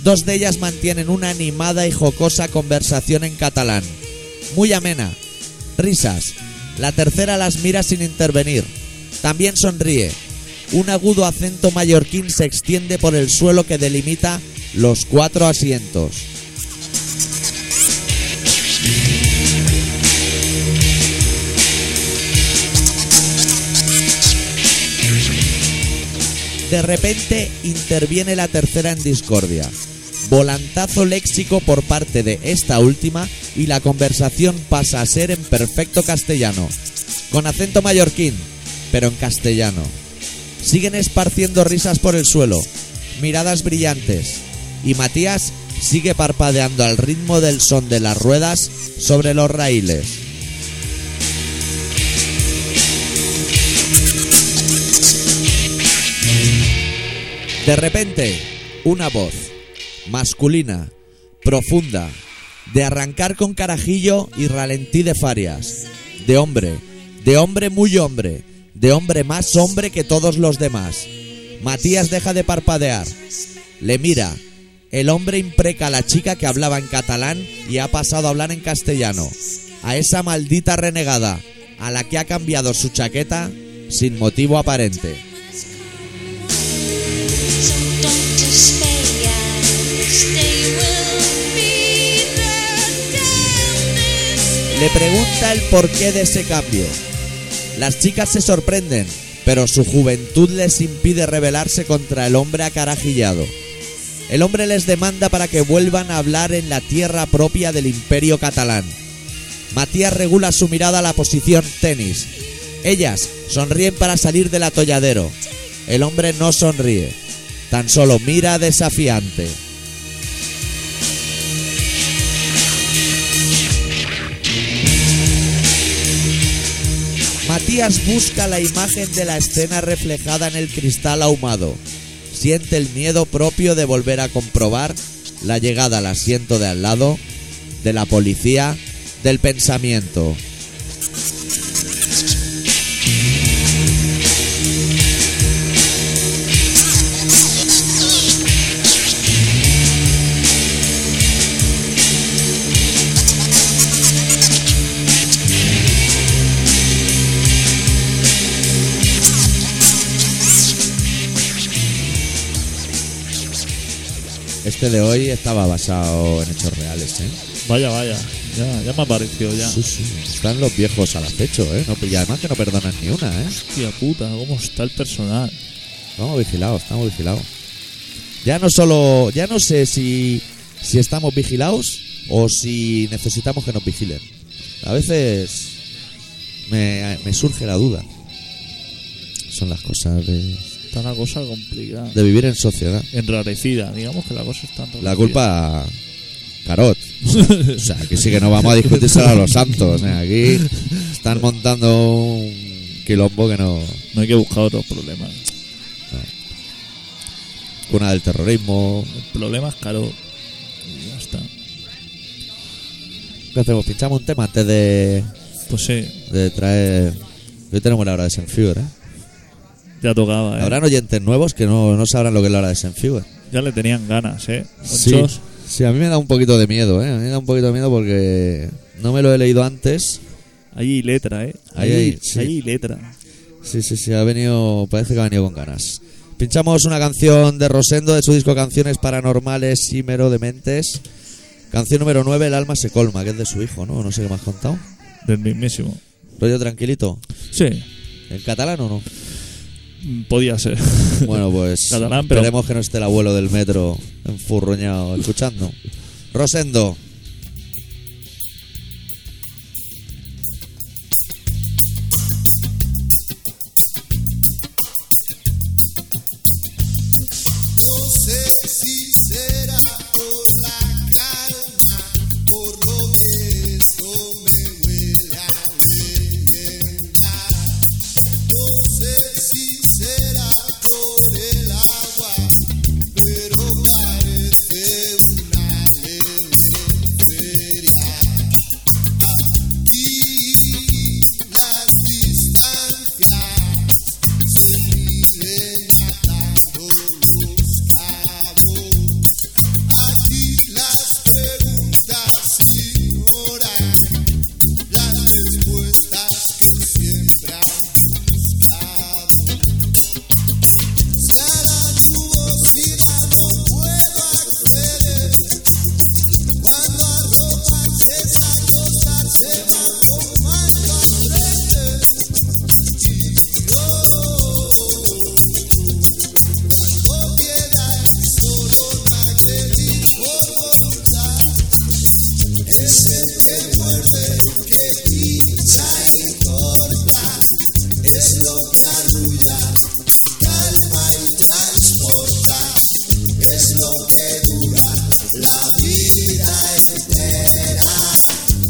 Dos de ellas mantienen una animada y jocosa conversación en catalán. Muy amena. Risas. La tercera las mira sin intervenir. También sonríe. Un agudo acento mallorquín se extiende por el suelo que delimita los cuatro asientos. De repente interviene la tercera en discordia. Volantazo léxico por parte de esta última y la conversación pasa a ser en perfecto castellano, con acento mallorquín, pero en castellano. Siguen esparciendo risas por el suelo, miradas brillantes, y Matías sigue parpadeando al ritmo del son de las ruedas sobre los raíles. De repente, una voz masculina, profunda, de arrancar con carajillo y ralentí de farias, de hombre, de hombre muy hombre, de hombre más hombre que todos los demás. Matías deja de parpadear, le mira. El hombre impreca a la chica que hablaba en catalán y ha pasado a hablar en castellano, a esa maldita renegada, a la que ha cambiado su chaqueta sin motivo aparente. Le pregunta el porqué de ese cambio. Las chicas se sorprenden, pero su juventud les impide rebelarse contra el hombre acarajillado. El hombre les demanda para que vuelvan a hablar en la tierra propia del imperio catalán. Matías regula su mirada a la posición tenis. Ellas sonríen para salir del atolladero. El hombre no sonríe, tan solo mira desafiante. Matías busca la imagen de la escena reflejada en el cristal ahumado. Siente el miedo propio de volver a comprobar la llegada al asiento de al lado, de la policía, del pensamiento. Este de hoy estaba basado en hechos reales, ¿eh?
Vaya, vaya, ya, ya me apareció ya.
Sí, sí. Están los viejos al acecho, ¿eh? No, y además que no perdonan ni una, ¿eh?
Hostia puta, cómo está el personal.
Estamos vigilados, estamos vigilados. Ya no solo, ya no sé si si estamos vigilados o si necesitamos que nos vigilen. A veces me, me surge la duda. Son las cosas de,
Está la cosa complicada.
de vivir en sociedad.
Enrarecida, digamos que la cosa está enrarecida.
La culpa, Carot. O sea, que sí que no vamos a discutírselo a los santos. ¿eh? Aquí están montando un quilombo que no.
No hay que buscar otros problemas.
Cuna del terrorismo.
El problema es caro. Y ya está.
¿Qué hacemos? Pinchamos un tema antes de,
Pues sí,
de traer. Hoy tenemos la hora de Senfigure. ¿eh?
ya tocaba, ¿eh?
Habrán oyentes nuevos que no, no sabrán lo que es la hora de Senfigure.
Ya le tenían ganas, ¿eh?
Sí,
Muchos.
sí, a mí me da un poquito de miedo, ¿eh? A mí me da un poquito de miedo porque no me lo he leído antes.
Ahí hay letra, ¿eh?
Ahí
Ahí,
hay-
hay-
sí.
ahí hay letra.
Sí, sí, sí, ha venido, parece que ha venido con ganas. Pinchamos una canción de Rosendo de su disco Canciones Paranormales y Mero Dementes. Canción número 9, El alma se colma, que es de su hijo, ¿no? No sé qué me has contado.
Del mismísimo.
Rollo tranquilito.
Sí,
¿En catalán o no?
mm, podía ser.
Bueno, pues
Catalán, pero-
esperemos que no esté el abuelo del metro enfurruñado escuchando. Rosendo.
No sé si será por la calma, por lo que esto me huele a leyenda. No sé si será por el agua, pero parece una leve feria. Aquí las distancias se miden atando los cabos. Aquí las preguntas ignoran las respuestas que siempre han buscado. Si a la nubosidad no puedo acceder, cuando arropa esa cosa se va formando al frente y yo cuando quiera solo nace mi voluntad es el que muerde, que pincha y corta es lo que arrulla, calma y transporta es lo que dura la vida entera,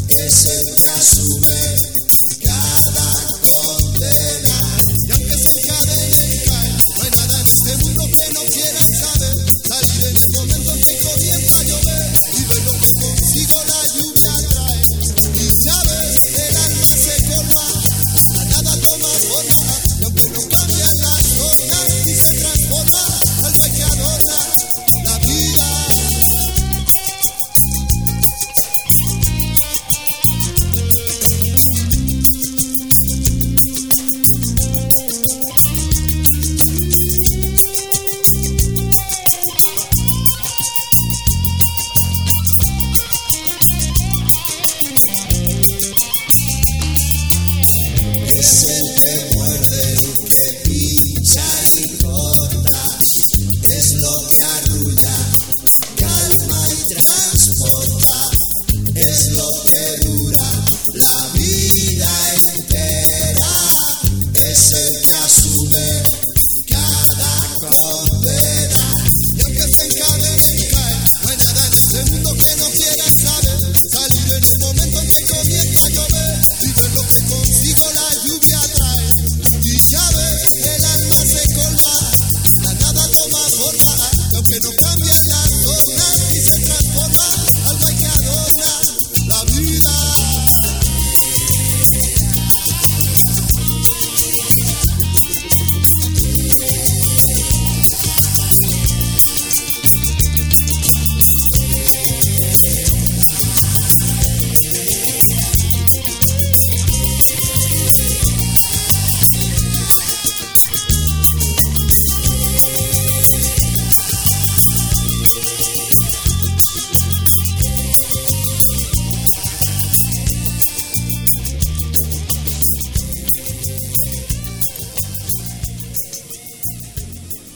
es el que asume cada condena. Y aunque se cadena y cae, no hay nada en este mundo que no quiera saber. Salir en el momento en que comienza a llover y ver lo que consigo la lluvia trae. Y sabes, el alma se colma, a la nada toma forma. Y aunque no cambian las cosas y se transforma, alma que adorna la vida. Es el que muerde, que pincha y corta, es lo que arrulla, calma y transporta, es lo que dura la vida entera, es el que asume cada condena. Y aunque se encadene y cae, no hay nada en este mundo que no quiera saber. Salir en el momento en que comienza a llover y ver lo que consigo la lluvia trae. Y ya ves, el alma se colma, la nada toma forma. Y aunque no cambien las cosas y se transforma, algo hay que adorna la vida.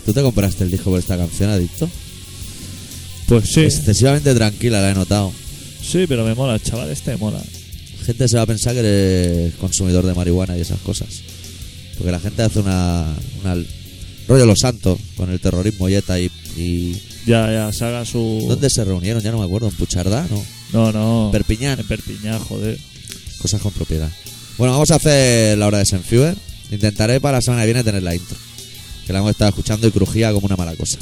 ¿Tú te compraste el disco por esta canción, adicto?
Pues sí,
Este. Excesivamente tranquila, la he notado.
sí, pero me mola, el chaval, este me mola.
gente se va a pensar que eres consumidor de marihuana y esas cosas. Porque la gente hace una. una rollo Los Santos con el terrorismo y ETA y. y-
Ya, ya, saca su.
¿Dónde se reunieron? Ya no me acuerdo. ¿En Puchardá? No.
No, no.
Perpiñán.
En Perpiñán, joder.
Cosas con propiedad. Bueno, vamos a hacer la hora de Senfewer. Intentaré para la semana que viene tener la intro. Que la hemos estado escuchando y crujía como una mala cosa.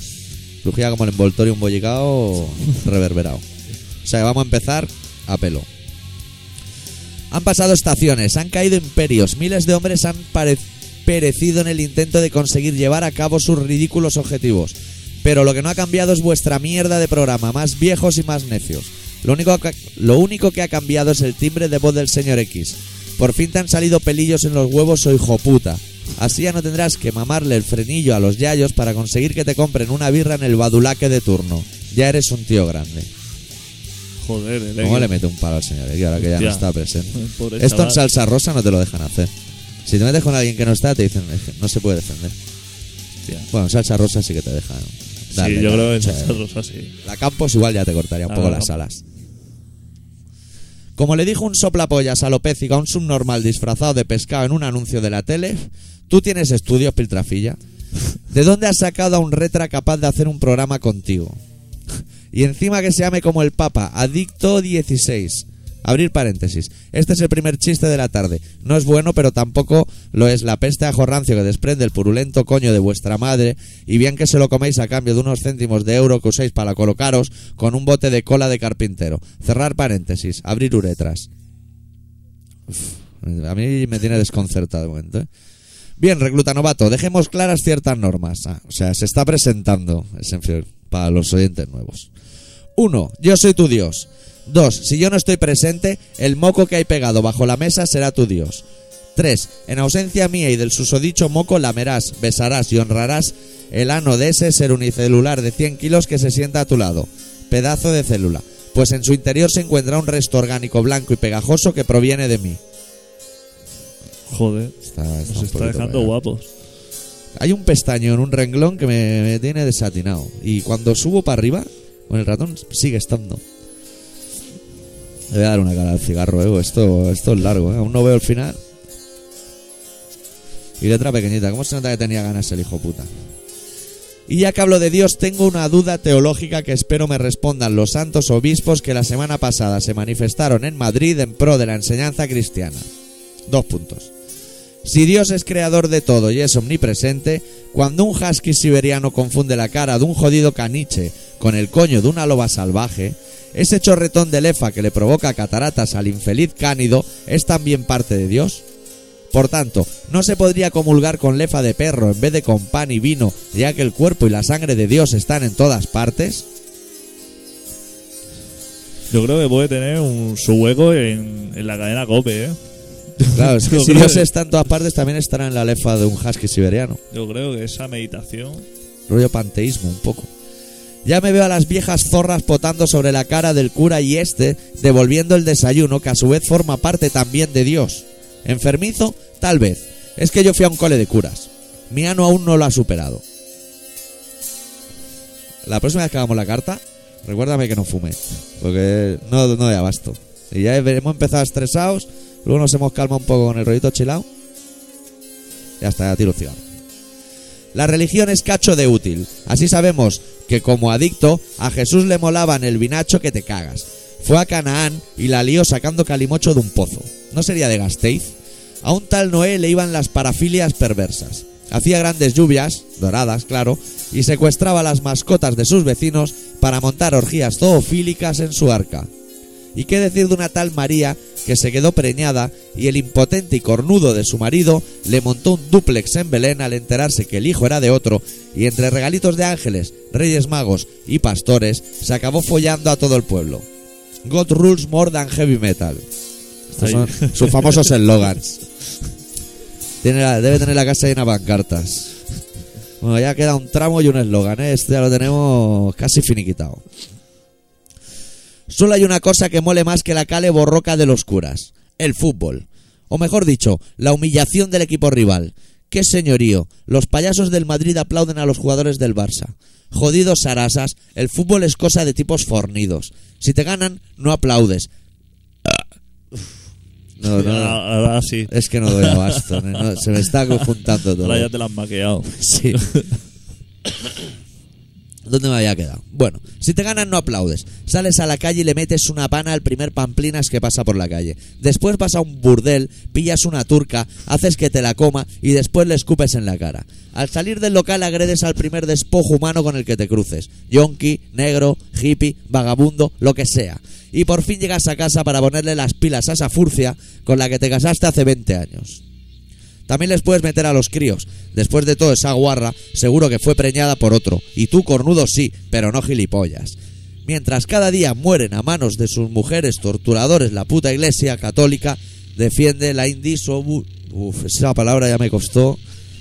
Crujía como el envoltorio un bollicao reverberado. O sea, vamos a empezar a pelo. Han pasado estaciones, han caído imperios, miles de hombres han pare- perecido en el intento de conseguir llevar a cabo sus ridículos objetivos. Pero lo que no ha cambiado es vuestra mierda de programa, más viejos y más necios. Lo único, que, lo único que ha cambiado es el timbre de voz del señor X. Por fin te han salido pelillos en los huevos, soy joputa. Así ya no tendrás que mamarle el frenillo a los yayos para conseguir que te compren una birra en el badulaque de turno. Ya eres un tío grande.
Joder, el
¿Cómo
X.
le mete un palo al señor X ahora que ya no
Hostia.
está presente?
Pobre
Esto en
chaval.
salsa rosa no te lo dejan hacer. Si te metes con alguien que no está, te dicen, "Es que no se puede defender.
Hostia.
Bueno, en salsa rosa sí que te dejan. Dale,
sí, yo
dale,
creo que
o
en
sea,
salsa rosa sí.
La Campos igual ya te cortaría un
Ah,
poco
no.
las alas. Como le dijo un soplapollas alopécico a un subnormal disfrazado de pescado en un anuncio de la tele, tú tienes estudios, Piltrafilla. ¿De dónde has sacado a un retra capaz de hacer un programa contigo? Y encima que se llame como el Papa, Adicto 16. Abrir paréntesis. Este es el primer chiste de la tarde. No es bueno, pero tampoco lo es la peste a jorrancio que desprende el purulento coño de vuestra madre, y bien que se lo coméis a cambio de unos céntimos de euro que usáis para colocaros con un bote de cola de carpintero. Cerrar paréntesis. Abrir uretras. Uf, a mí me tiene desconcertado de momento, ¿eh? Bien, recluta novato, dejemos claras ciertas normas. Ah, o sea, se está presentando, es en fin, para los oyentes nuevos. Uno, Yo soy tu Dios. Dos, Si yo no estoy presente, el moco que hay pegado bajo la mesa será tu Dios. Tres, En ausencia mía y del susodicho moco lamerás, besarás y honrarás el ano de ese ser unicelular de 100 kilos que se sienta a tu lado. Pedazo de célula. Pues en su interior se encuentra un resto orgánico blanco y pegajoso que proviene de mí.
Joder.
Está, está
Nos
un
está
poquito
dejando
pegado.
guapos.
Hay un pestaño en un renglón que me, me tiene desatinado. Y cuando subo para arriba, con el ratón, sigue estando. Le voy a dar una cara al cigarro, eh. porque Esto, esto es largo, eh. Aún no veo el final. Y letra pequeñita. ¿Cómo se nota que tenía ganas el hijo puta? Y ya que hablo de Dios, tengo una duda teológica que espero me respondan los santos obispos que la semana pasada se manifestaron en Madrid en pro de la enseñanza cristiana. Dos puntos. Si Dios es creador de todo y es omnipresente, cuando un husky siberiano confunde la cara de un jodido caniche con el coño de una loba salvaje, ese chorretón de lefa que le provoca cataratas al infeliz cánido es también parte de Dios. Por tanto, no se podría comulgar con lefa de perro en vez de con pan y vino, ya que el cuerpo y la sangre de Dios están en todas partes.
Yo creo que puede tener un, su hueco en, en la cadena Cope, ¿eh?
Claro, es que
Yo
si
creo
Dios
que-
está en todas partes, también estará en la lefa de un husky siberiano.
Yo creo que esa meditación.
rollo panteísmo un poco. Ya me veo a las viejas zorras potando sobre la cara del cura y este devolviendo el desayuno que a su vez forma parte también de Dios. Enfermizo, tal vez. Es que yo fui a un cole de curas. Mi ano aún no lo ha superado. La próxima vez que hagamos la carta, recuérdame que no fume, porque no, no doy abasto. Y ya hemos empezado estresados, luego nos hemos calmado un poco con el rollito chilao. Y hasta ya tiro un cigarro. La religión es cacho de útil. Así sabemos que como adicto a Jesús le molaban el vinacho que te cagas. Fue a Canaán y la lió sacando calimocho de un pozo. ¿No sería de Gasteiz? A un tal Noé le iban las parafilias perversas. Hacía grandes lluvias, doradas, claro, y secuestraba las mascotas de sus vecinos para montar orgías zoofílicas en su arca. ¿Y qué decir de una tal María que se quedó preñada y el impotente y cornudo de su marido le montó un dúplex en Belén al enterarse que el hijo era de otro y entre regalitos de ángeles, reyes magos y pastores se acabó follando a todo el pueblo? God rules more than heavy metal. Estos
Ahí.
son sus famosos eslogans. Tiene la- debe tener la casa llena de pancartas. Bueno, ya queda un tramo y un eslogan, ¿eh? Este ya lo tenemos casi finiquitado. Solo hay una cosa que mole más que la cale borroca de los curas: el fútbol. O mejor dicho, la humillación del equipo rival. ¡Qué señorío! Los payasos del Madrid aplauden a los jugadores del Barça. Jodidos arasas, el fútbol es cosa de tipos fornidos. Si te ganan, no aplaudes. Ah, No, no, no.
Ahora, ahora sí.
Es que no doy abasto. ne- no, se me está conjuntando todo.
Ahora ya te la has maqueado.
Sí. ¿Dónde me había quedado? Bueno, si te ganan no aplaudes. Sales a la calle y le metes una pana al primer pamplinas que pasa por la calle. Después vas a un burdel, pillas una turca, haces que te la coma y después le escupes en la cara. Al salir del local agredes al primer despojo humano con el que te cruces. Yonki, negro, hippie, vagabundo, lo que sea. Y por fin llegas a casa para ponerle las pilas a esa furcia con la que te casaste hace 20 años. También les puedes meter a los críos. Después de todo, esa guarra seguro que fue preñada por otro. Y tú, cornudo, sí, pero no gilipollas. Mientras cada día mueren a manos de sus mujeres torturadores, la puta iglesia católica defiende la indisobu... Uf, esa palabra ya me costó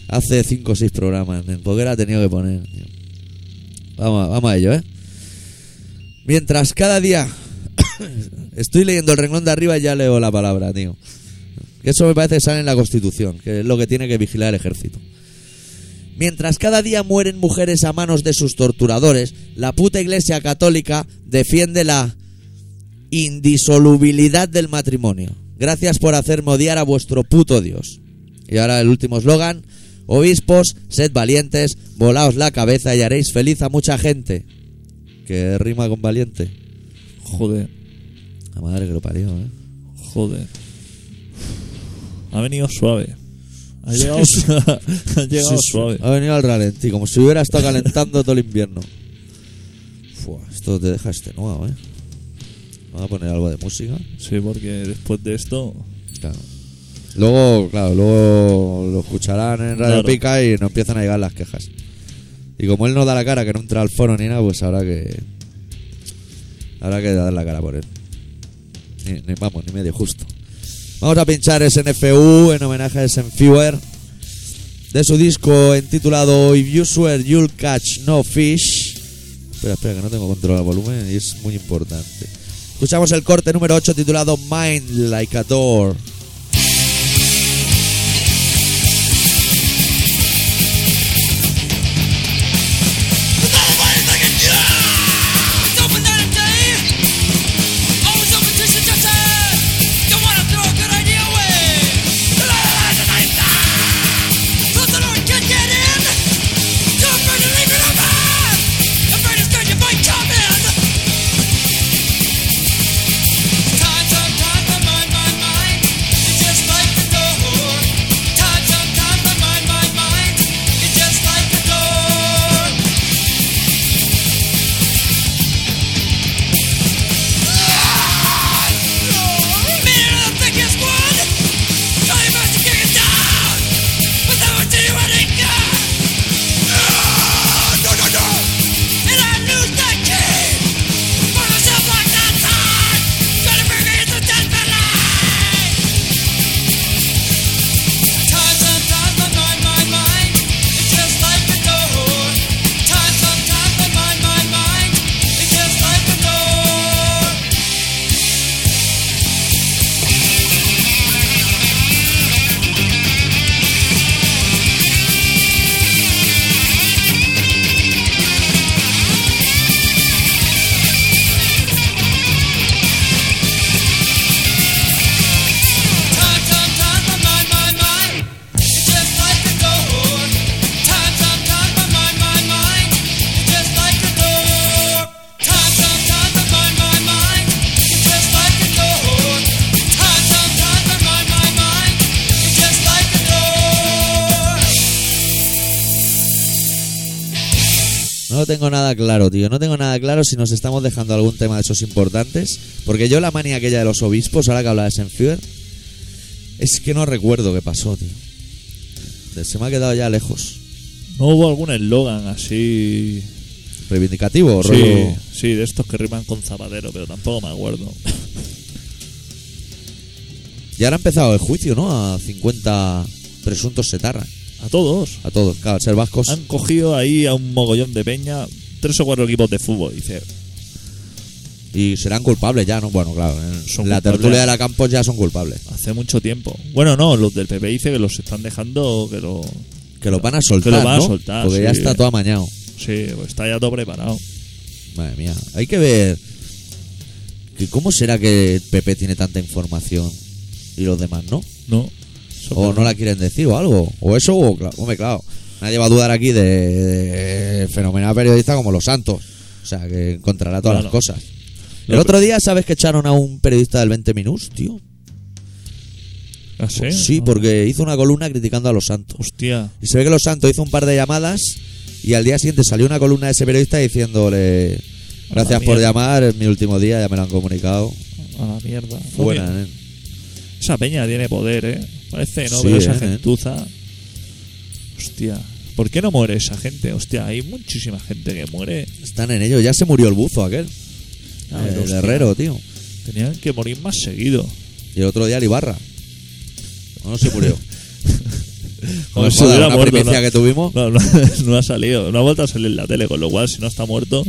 hace 5 o 6 programas. En poder ha tenido que poner. tío. Vamos, a- vamos a ello, ¿eh? Mientras cada día... Estoy leyendo el renglón de arriba y ya leo la palabra, tío. Que eso me parece que sale en la Constitución, que es lo que tiene que vigilar el ejército. Mientras cada día mueren mujeres a manos de sus torturadores, la puta Iglesia Católica defiende la indisolubilidad del matrimonio. Gracias por hacerme odiar a vuestro puto Dios. Y ahora el último eslogan. Obispos, sed valientes, volaos la cabeza y haréis feliz a mucha gente. Que rima con valiente.
Joder,
La madre que lo parió, ¿eh?
joder. Ha venido suave. Ha llegado, ha llegado
Sí, sí.
suave.
Ha venido al ralentí, como si hubiera estado calentando todo el invierno. Fua, esto te deja extenuado, ¿eh? Vamos a poner algo de música.
Sí, porque después de esto.
Claro. Luego, claro, luego lo escucharán en Radio
Claro.
Pica y nos empiezan a llegar las quejas. Y como él no da la cara, que no entra al foro ni nada, pues habrá que. Habrá que dar la cara por él. Ni, ni- vamos, ni medio justo. Vamos a pinchar SNFU en homenaje a Senfewer de su disco entitulado If You Swear You'll Catch No Fish. Espera, espera, que no tengo control del volumen y es muy importante. Escuchamos el corte número 8 titulado Mind Like a Door.
Just like the door. Just like the door Time, time, time, my mind, my mind. It's just like a door. Time, time, time, my mind, my mind. It's just like a door. Time, time, time, my mind, my mind. It's just like a door. Time, time, time, my mind, my mind. It's just like a door.
No tengo nada claro, tío. No tengo nada claro si nos estamos dejando algún tema de esos importantes. Porque yo la manía aquella de los obispos, ahora que hablaba de Senfewer, es que no recuerdo qué pasó, tío. Se me ha quedado ya lejos.
¿No hubo algún eslogan así?
Reivindicativo,
Sí,
rollo.
sí, de estos que riman con zapatero, pero tampoco me acuerdo.
Y ahora ha empezado el juicio, ¿no? A 50 presuntos setarra.
A todos.
A todos, claro, al ser vascos.
Pues Han cogido ahí a un mogollón de peña, tres o cuatro equipos de fútbol. Dice,
Y serán culpables ya, ¿no? Bueno, claro, en
Son
la
culpables.
tertulia de la Campos ya son culpables.
Hace mucho tiempo. Bueno, no, los del PP dice que los están dejando, que lo...
Que lo van a soltar,
van a
¿no?
soltar,
Porque ya
sí.
está todo amañado.
Sí, pues está ya todo preparado.
Madre mía, hay que ver que cómo será que el PP tiene tanta información y los demás no.
No. Eso
O
que-
Oh, no la quieren decir o algo. O eso, o cla- hombre, claro. Nadie va a dudar aquí de, de fenomenal periodista como Los Santos. O sea, que encontrará todas las
Claro.
cosas. El
No,
otro día, ¿sabes que echaron a un periodista del 20 Minus, tío?
¿Ah,
oh,
sí? Ah,
porque hizo una columna criticando a Los Santos.
Hostia.
Y se ve que Los Santos hizo un par de llamadas y al día siguiente salió una columna de ese periodista diciéndole gracias
Hola,
por
mierda.
llamar, es mi último día, ya me lo han comunicado.
A la mierda.
Fue buena,
Muy bien.
¿eh?
Esa peña tiene poder, ¿eh? Parece, ¿no?
Sí,
Pero esa
¿eh?
gentuza... Hostia. ¿Por qué no muere esa gente? Hostia, hay muchísima gente que muere.
Están en ello, ya se murió el buzo aquel,
A ver,
el
Ah, hostia,
herrero, tío.
Tenían que morir más seguido.
Y el otro día el Ibarra. No, no se murió.
Como
me
si
jodas,
hubiera
una
muerto,
primicia
¿no?
que tuvimos.
No, no, no ha salido, no ha vuelto a salir en la tele, con lo cual si no está muerto.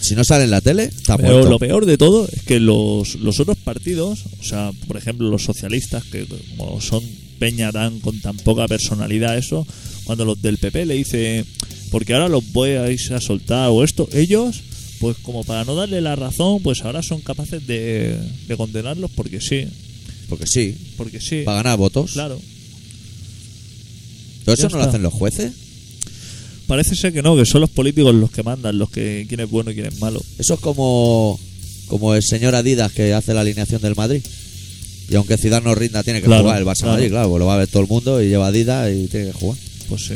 Si no sale en la tele, está
Pero
muerto.
lo peor de todo es que los, los otros partidos, o sea, por ejemplo los socialistas, que como son peña tan con tan poca personalidad eso, cuando los del PP le dice, porque ahora los voy a ir a soltar o esto, ellos, pues como para no darle la razón, pues ahora son capaces de, de condenarlos porque sí,
Porque sí,
porque sí,
para ganar votos.
claro.
¿Todo eso
ya
no lo
está.
hacen los jueces?
Parece ser que no, que son los políticos los que mandan, los que quién es bueno y quién es malo.
Eso es como, como el señor Adidas que hace la alineación del Madrid. Y aunque Ciudad no rinda, tiene que
Claro,
jugar el Barça
claro.
Madrid, claro, pues lo va a ver todo el mundo y lleva Adidas y tiene que jugar.
Pues sí.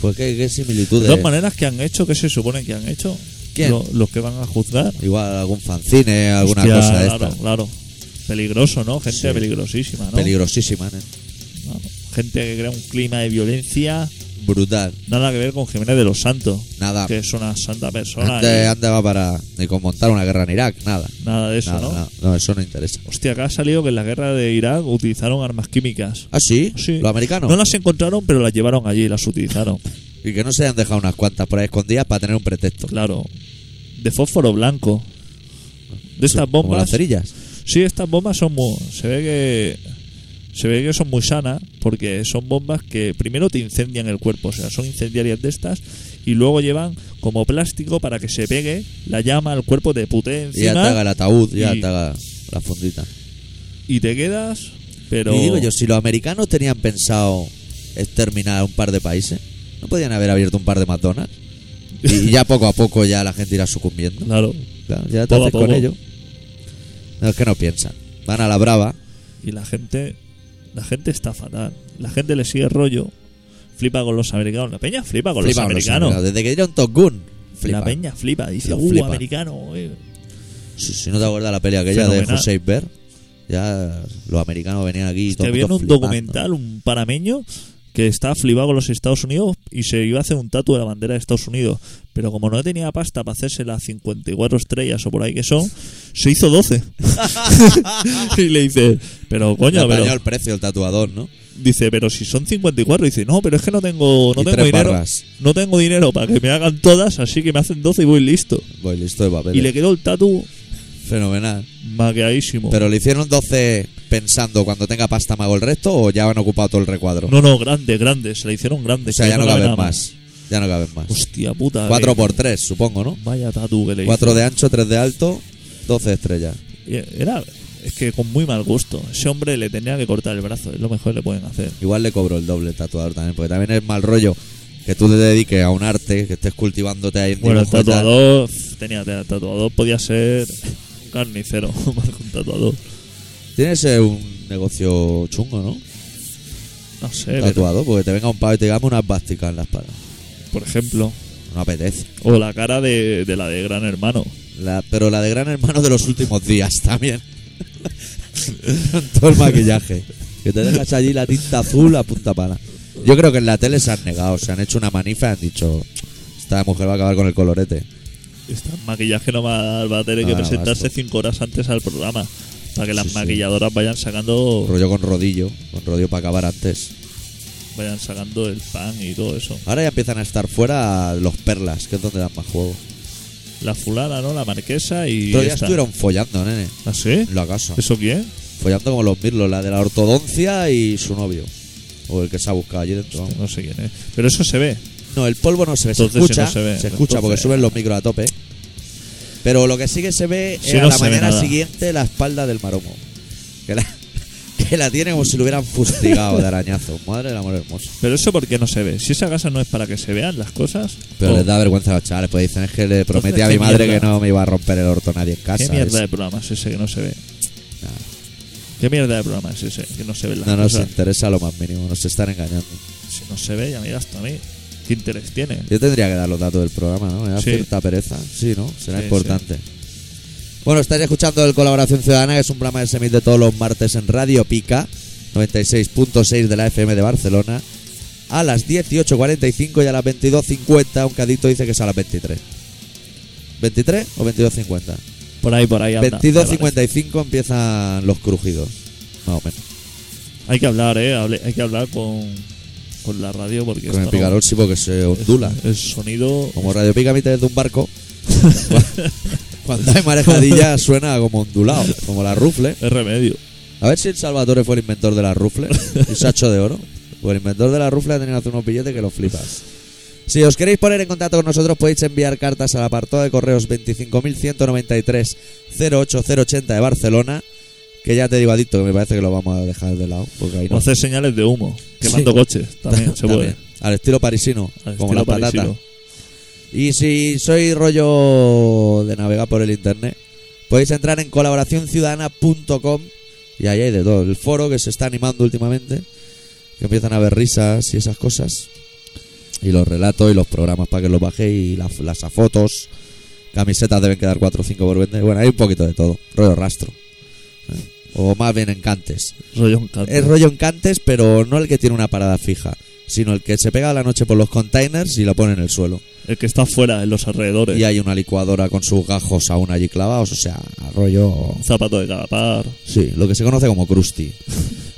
Pues qué, qué
De
similitudes.
todas maneras, ¿qué han hecho? ¿Qué se supone que han hecho?
¿Quién?
Lo- los que van a juzgar.
Igual algún fanzine, alguna
Hostia,
cosa de
claro,
esta.
Claro. Peligroso, ¿no? Gente
Sí.
peligrosísima, ¿no?
Peligrosísima, ¿eh?
Vamos. Gente que crea un clima de violencia.
brutal.
Nada que ver con Jiménez de los Santos.
Nada.
Que es una santa persona.
Antes,
y
antes va para ni con montar una guerra en Irak, nada.
Nada de eso,
nada,
¿no?
nada. No, eso no interesa.
Hostia, acá ha salido que en la guerra de Irak utilizaron armas químicas.
¿Ah, sí?
Sí.
¿Los americanos?
No las encontraron, pero las llevaron allí, las utilizaron.
Y que no se hayan dejado unas cuantas por ahí escondidas para tener un pretexto.
Claro. De fósforo blanco. De estas
Como las
bombas.
cerillas.
Sí, estas bombas son muy. Se ve que. Se ve que son muy sanas porque son bombas que primero te incendian el cuerpo, o sea, son incendiarias de estas y luego llevan como plástico para que se pegue la llama al cuerpo de puté
Y ya
encima
te haga el ataúd, ya
y-
te haga la fondita.
y te quedas, pero.
Y digo yo, si los americanos tenían pensado exterminar a un par de países, ¿no podían haber abierto un par de McDonald's? Y ya poco a poco ya la gente irá sucumbiendo.
Claro.
Claro, ya te
Poco a
haces con
poco.
ello. No, es que no piensan. Van a la brava.
Y la gente. La gente está fatal. La gente le sigue rollo. Flipa con los americanos. La peña flipa con
flipan
los americanos.
Desde que dieron Top Gun, flipan.
La peña flipa, dice,
Lo
uh,
flipa.
americano. eh".
Si, si no te acuerdas la peli aquella de
Fenomenal.
José Isber, ya los americanos venían aquí. y todo
Que
el
había
mundo
un
flipando.
documental, un panameño, que estaba flipado con los Estados Unidos y se iba a hacer un tatu de la bandera de Estados Unidos. Pero como no tenía pasta para hacerse las 54 estrellas o por ahí que son, se hizo 12. y le dice, pero
Le
coño,
apañó
pero,
el precio del tatuador, ¿no?
dice, pero si son 54, dice, no, pero es que no tengo, no
Y
tengo
tres
dinero.
barras.
No tengo dinero para que me hagan todas, así que me hacen 12 y voy listo.
Voy Pues listo de papel.
Y le quedó el tatu
Fenomenal.
maqueadísimo.
¿Pero le hicieron 12 pensando cuando tenga pasta me hago el resto o ya han ocupado todo el recuadro?
no, no, grande, grande, se le hicieron
o
grandes.
sea,
que
ya no
cabe
caben
nada
más. Ya no caben más.
Hostia puta. eh.
4
que-
por 3, supongo, ¿no?
Vaya tatu que le
4
hizo.
de ancho, 3 de alto, 12 estrellas.
Era, es que con muy mal gusto. Ese hombre le tenía que cortar el brazo, es lo mejor que le pueden hacer.
Igual le cobro el doble el tatuador también, porque también es mal rollo que tú te dediques a un arte, que estés cultivándote ahí en
Bueno, el
dibujo y tal.
tatuador, pf, tenía el tatuador, podía ser un carnicero, más que un tatuador.
Tienes eh, un negocio chungo, ¿no?
No sé, pero,
Tatuado, porque te venga un pavo y te digamos una bástica en la espalda.
por ejemplo.
No apetece.
O la cara de, de la de Gran Hermano.
La- pero la de gran hermano de los últimos días también. Con todo el maquillaje. Que te dejas allí la tinta azul a punta pala. Yo creo que en la tele se han negado, se han hecho una manifa y han dicho: Esta mujer va a acabar con el colorete.
Este maquillaje no va, a- va a tener
No
que
da
presentarse
abasto.
cinco horas antes al programa. Para que las
Ah, Sí, sí.
maquilladoras vayan sacando
Rollo con rodillo, con rodillo para acabar antes.
vayan sacando el pan y todo eso.
Ahora ya empiezan a estar fuera los perlas, que es donde dan más juego.
la fulana, ¿no? La marquesa y.
Pero ya
esta.
estuvieron follando, nene.
¿Ah, sí?
En la casa.
¿Eso quién?
Follando como los mirlos, la de la ortodoncia y su novio. O el que se ha buscado allí dentro. vamos.
No sé quién es. Pero eso se ve.
No, el polvo no se ve, se
Entonces, si
escucha.
no se
se,
ve,
escucha
entonces-
porque suben los micros a tope. Pero lo que sí que se ve
Si
es
no
a la
se ve
mañana
nada.
siguiente la espalda del maromo. Que la, que la tiene como si lo hubieran fustigado de arañazo. Madre del amor hermoso.
Pero eso porque no se ve. Si esa casa no es para que se vean las cosas.
Pero
oh,
les da vergüenza a los chavales, pues dicen es que le prometí a
¿qué
mi madre
mierda?
que no me iba a romper el orto nadie en casa.
¿Qué mierda
Es-
de programa es ese que no se ve?
Nah.
¿Qué mierda de programa es ese que no se ve las
No nos
cosas?
interesa lo más mínimo, nos están engañando.
Si no se ve, ya me hasta a mí. ¿Qué interés tiene?
Yo tendría que dar los datos del programa, ¿no? Me da
Sí.
cierta pereza. Sí, ¿no? Será
Sí,
importante. Bueno, estáis escuchando el Colaboración Ciudadana, que es un programa que se emite todos los martes en Radio Pica, 96.6 de la FM de Barcelona, a las 18.45 y a las 22.50, aunque Adicto dice que es a las 23. ¿23 o 22.50?
Por ahí, por ahí. anda, me parece.
22.55 empiezan los crujidos, más o menos.
Hay que hablar, ¿eh? Hable- hay que hablar con, con la radio porque
Con el
esto no-
picarón sí, porque se ondula.
El sonido.
Como Radio Pica emite desde un barco, cuando hay marejadilla suena como ondulado, como la rufle.
Es remedio.
A ver si el Salvatore fue el inventor de la rufle y sacho de oro. Pues el inventor de la rufle ha tenido hace unos billetes que lo flipas. Si os queréis poner en contacto con nosotros, podéis enviar cartas al apartado de correos 25.193-08080 de Barcelona. Que ya te digo, adicto, que me parece que lo vamos a dejar de lado. Porque ahí
O
no.
hacer señales de humo. Quemando
Sí.
coches. También se puede.
También. Al estilo parisino,
Al
como
estilo
las
parisino.
patatas. Y si soy rollo de navegar por el internet, podéis entrar en colaboracionciudadana.com y ahí hay de todo. El foro que se está animando últimamente, que empiezan a haber risas y esas cosas. Y los relatos y los programas para que los bajéis, y las, las fotos. Camisetas deben quedar 4 o 5 por vender. Bueno, hay un poquito de todo. Rollo rastro. ¿eh? O más bien encantes.
Rollo un canto.
Es rollo encantes, pero no el que tiene una parada fija, sino el que se pega a la noche por los containers y lo pone en el suelo.
El que está fuera, en los alrededores.
Y hay una licuadora con sus gajos aún allí clavados, o sea, rollo...
Un zapato de cada par.
Sí, lo que se conoce como Krusty.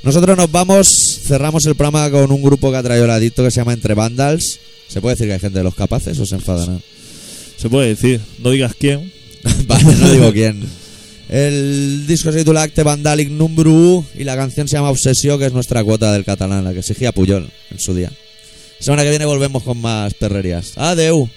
Nosotros nos vamos, cerramos el programa con un grupo que ha traído el adicto que se llama Entre Vandals. ¿Se puede decir que hay gente de los capaces o se enfadan?
Se puede decir. No digas quién.
vale, no digo quién. El disco se titula Acte Vandalic Number U y la canción se llama Obsesión, que es nuestra cuota del catalán, la que exigía Puyol en su día. Semana que viene volvemos con más perrerías. Adeu.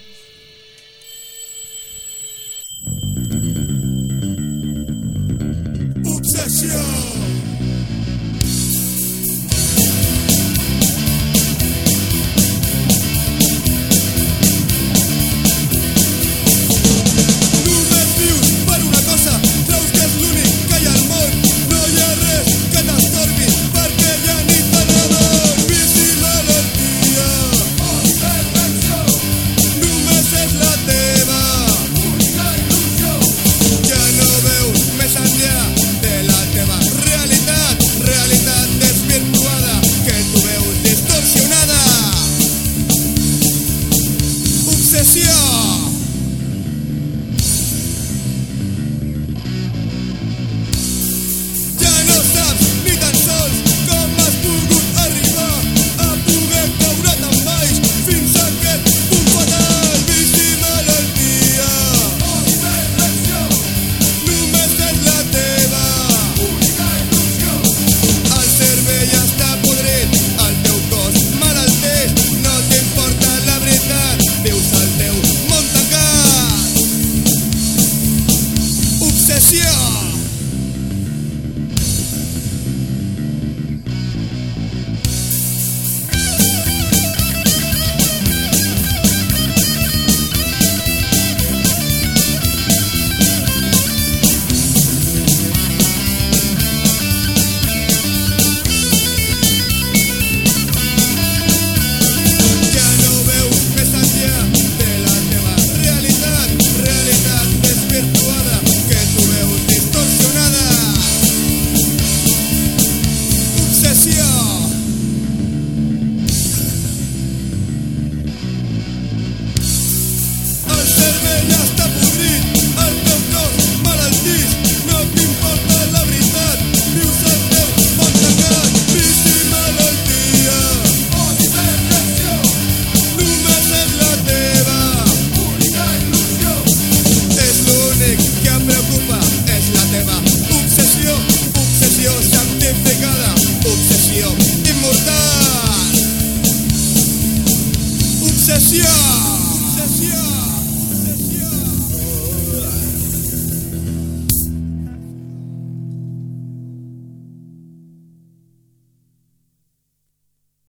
Només vius per una cosa, creus que és l'únic que hi ha al món. No hi ha res que t'estorbi, perquè ja ni te n'adon. Vici malaltia. Només és la teva. Ja no veus més enllà de la teva realitat, realitat desvirtuada, que tu veus distorsionada. Obsessió. Ja no saps ni tan sols com has pogut arribar a poder caure tan baix fins a aquest punt fatal. Vici malaltia. Només és la teva. El cervell està podrit, el teu cos malaltís, no t'importa la veritat, vius al teu món tancat. Obsessió. Ja no veus més enllà de la teva realitat, realitat desvirtuada, que tu veus distorsionada. Sesión. Sesión.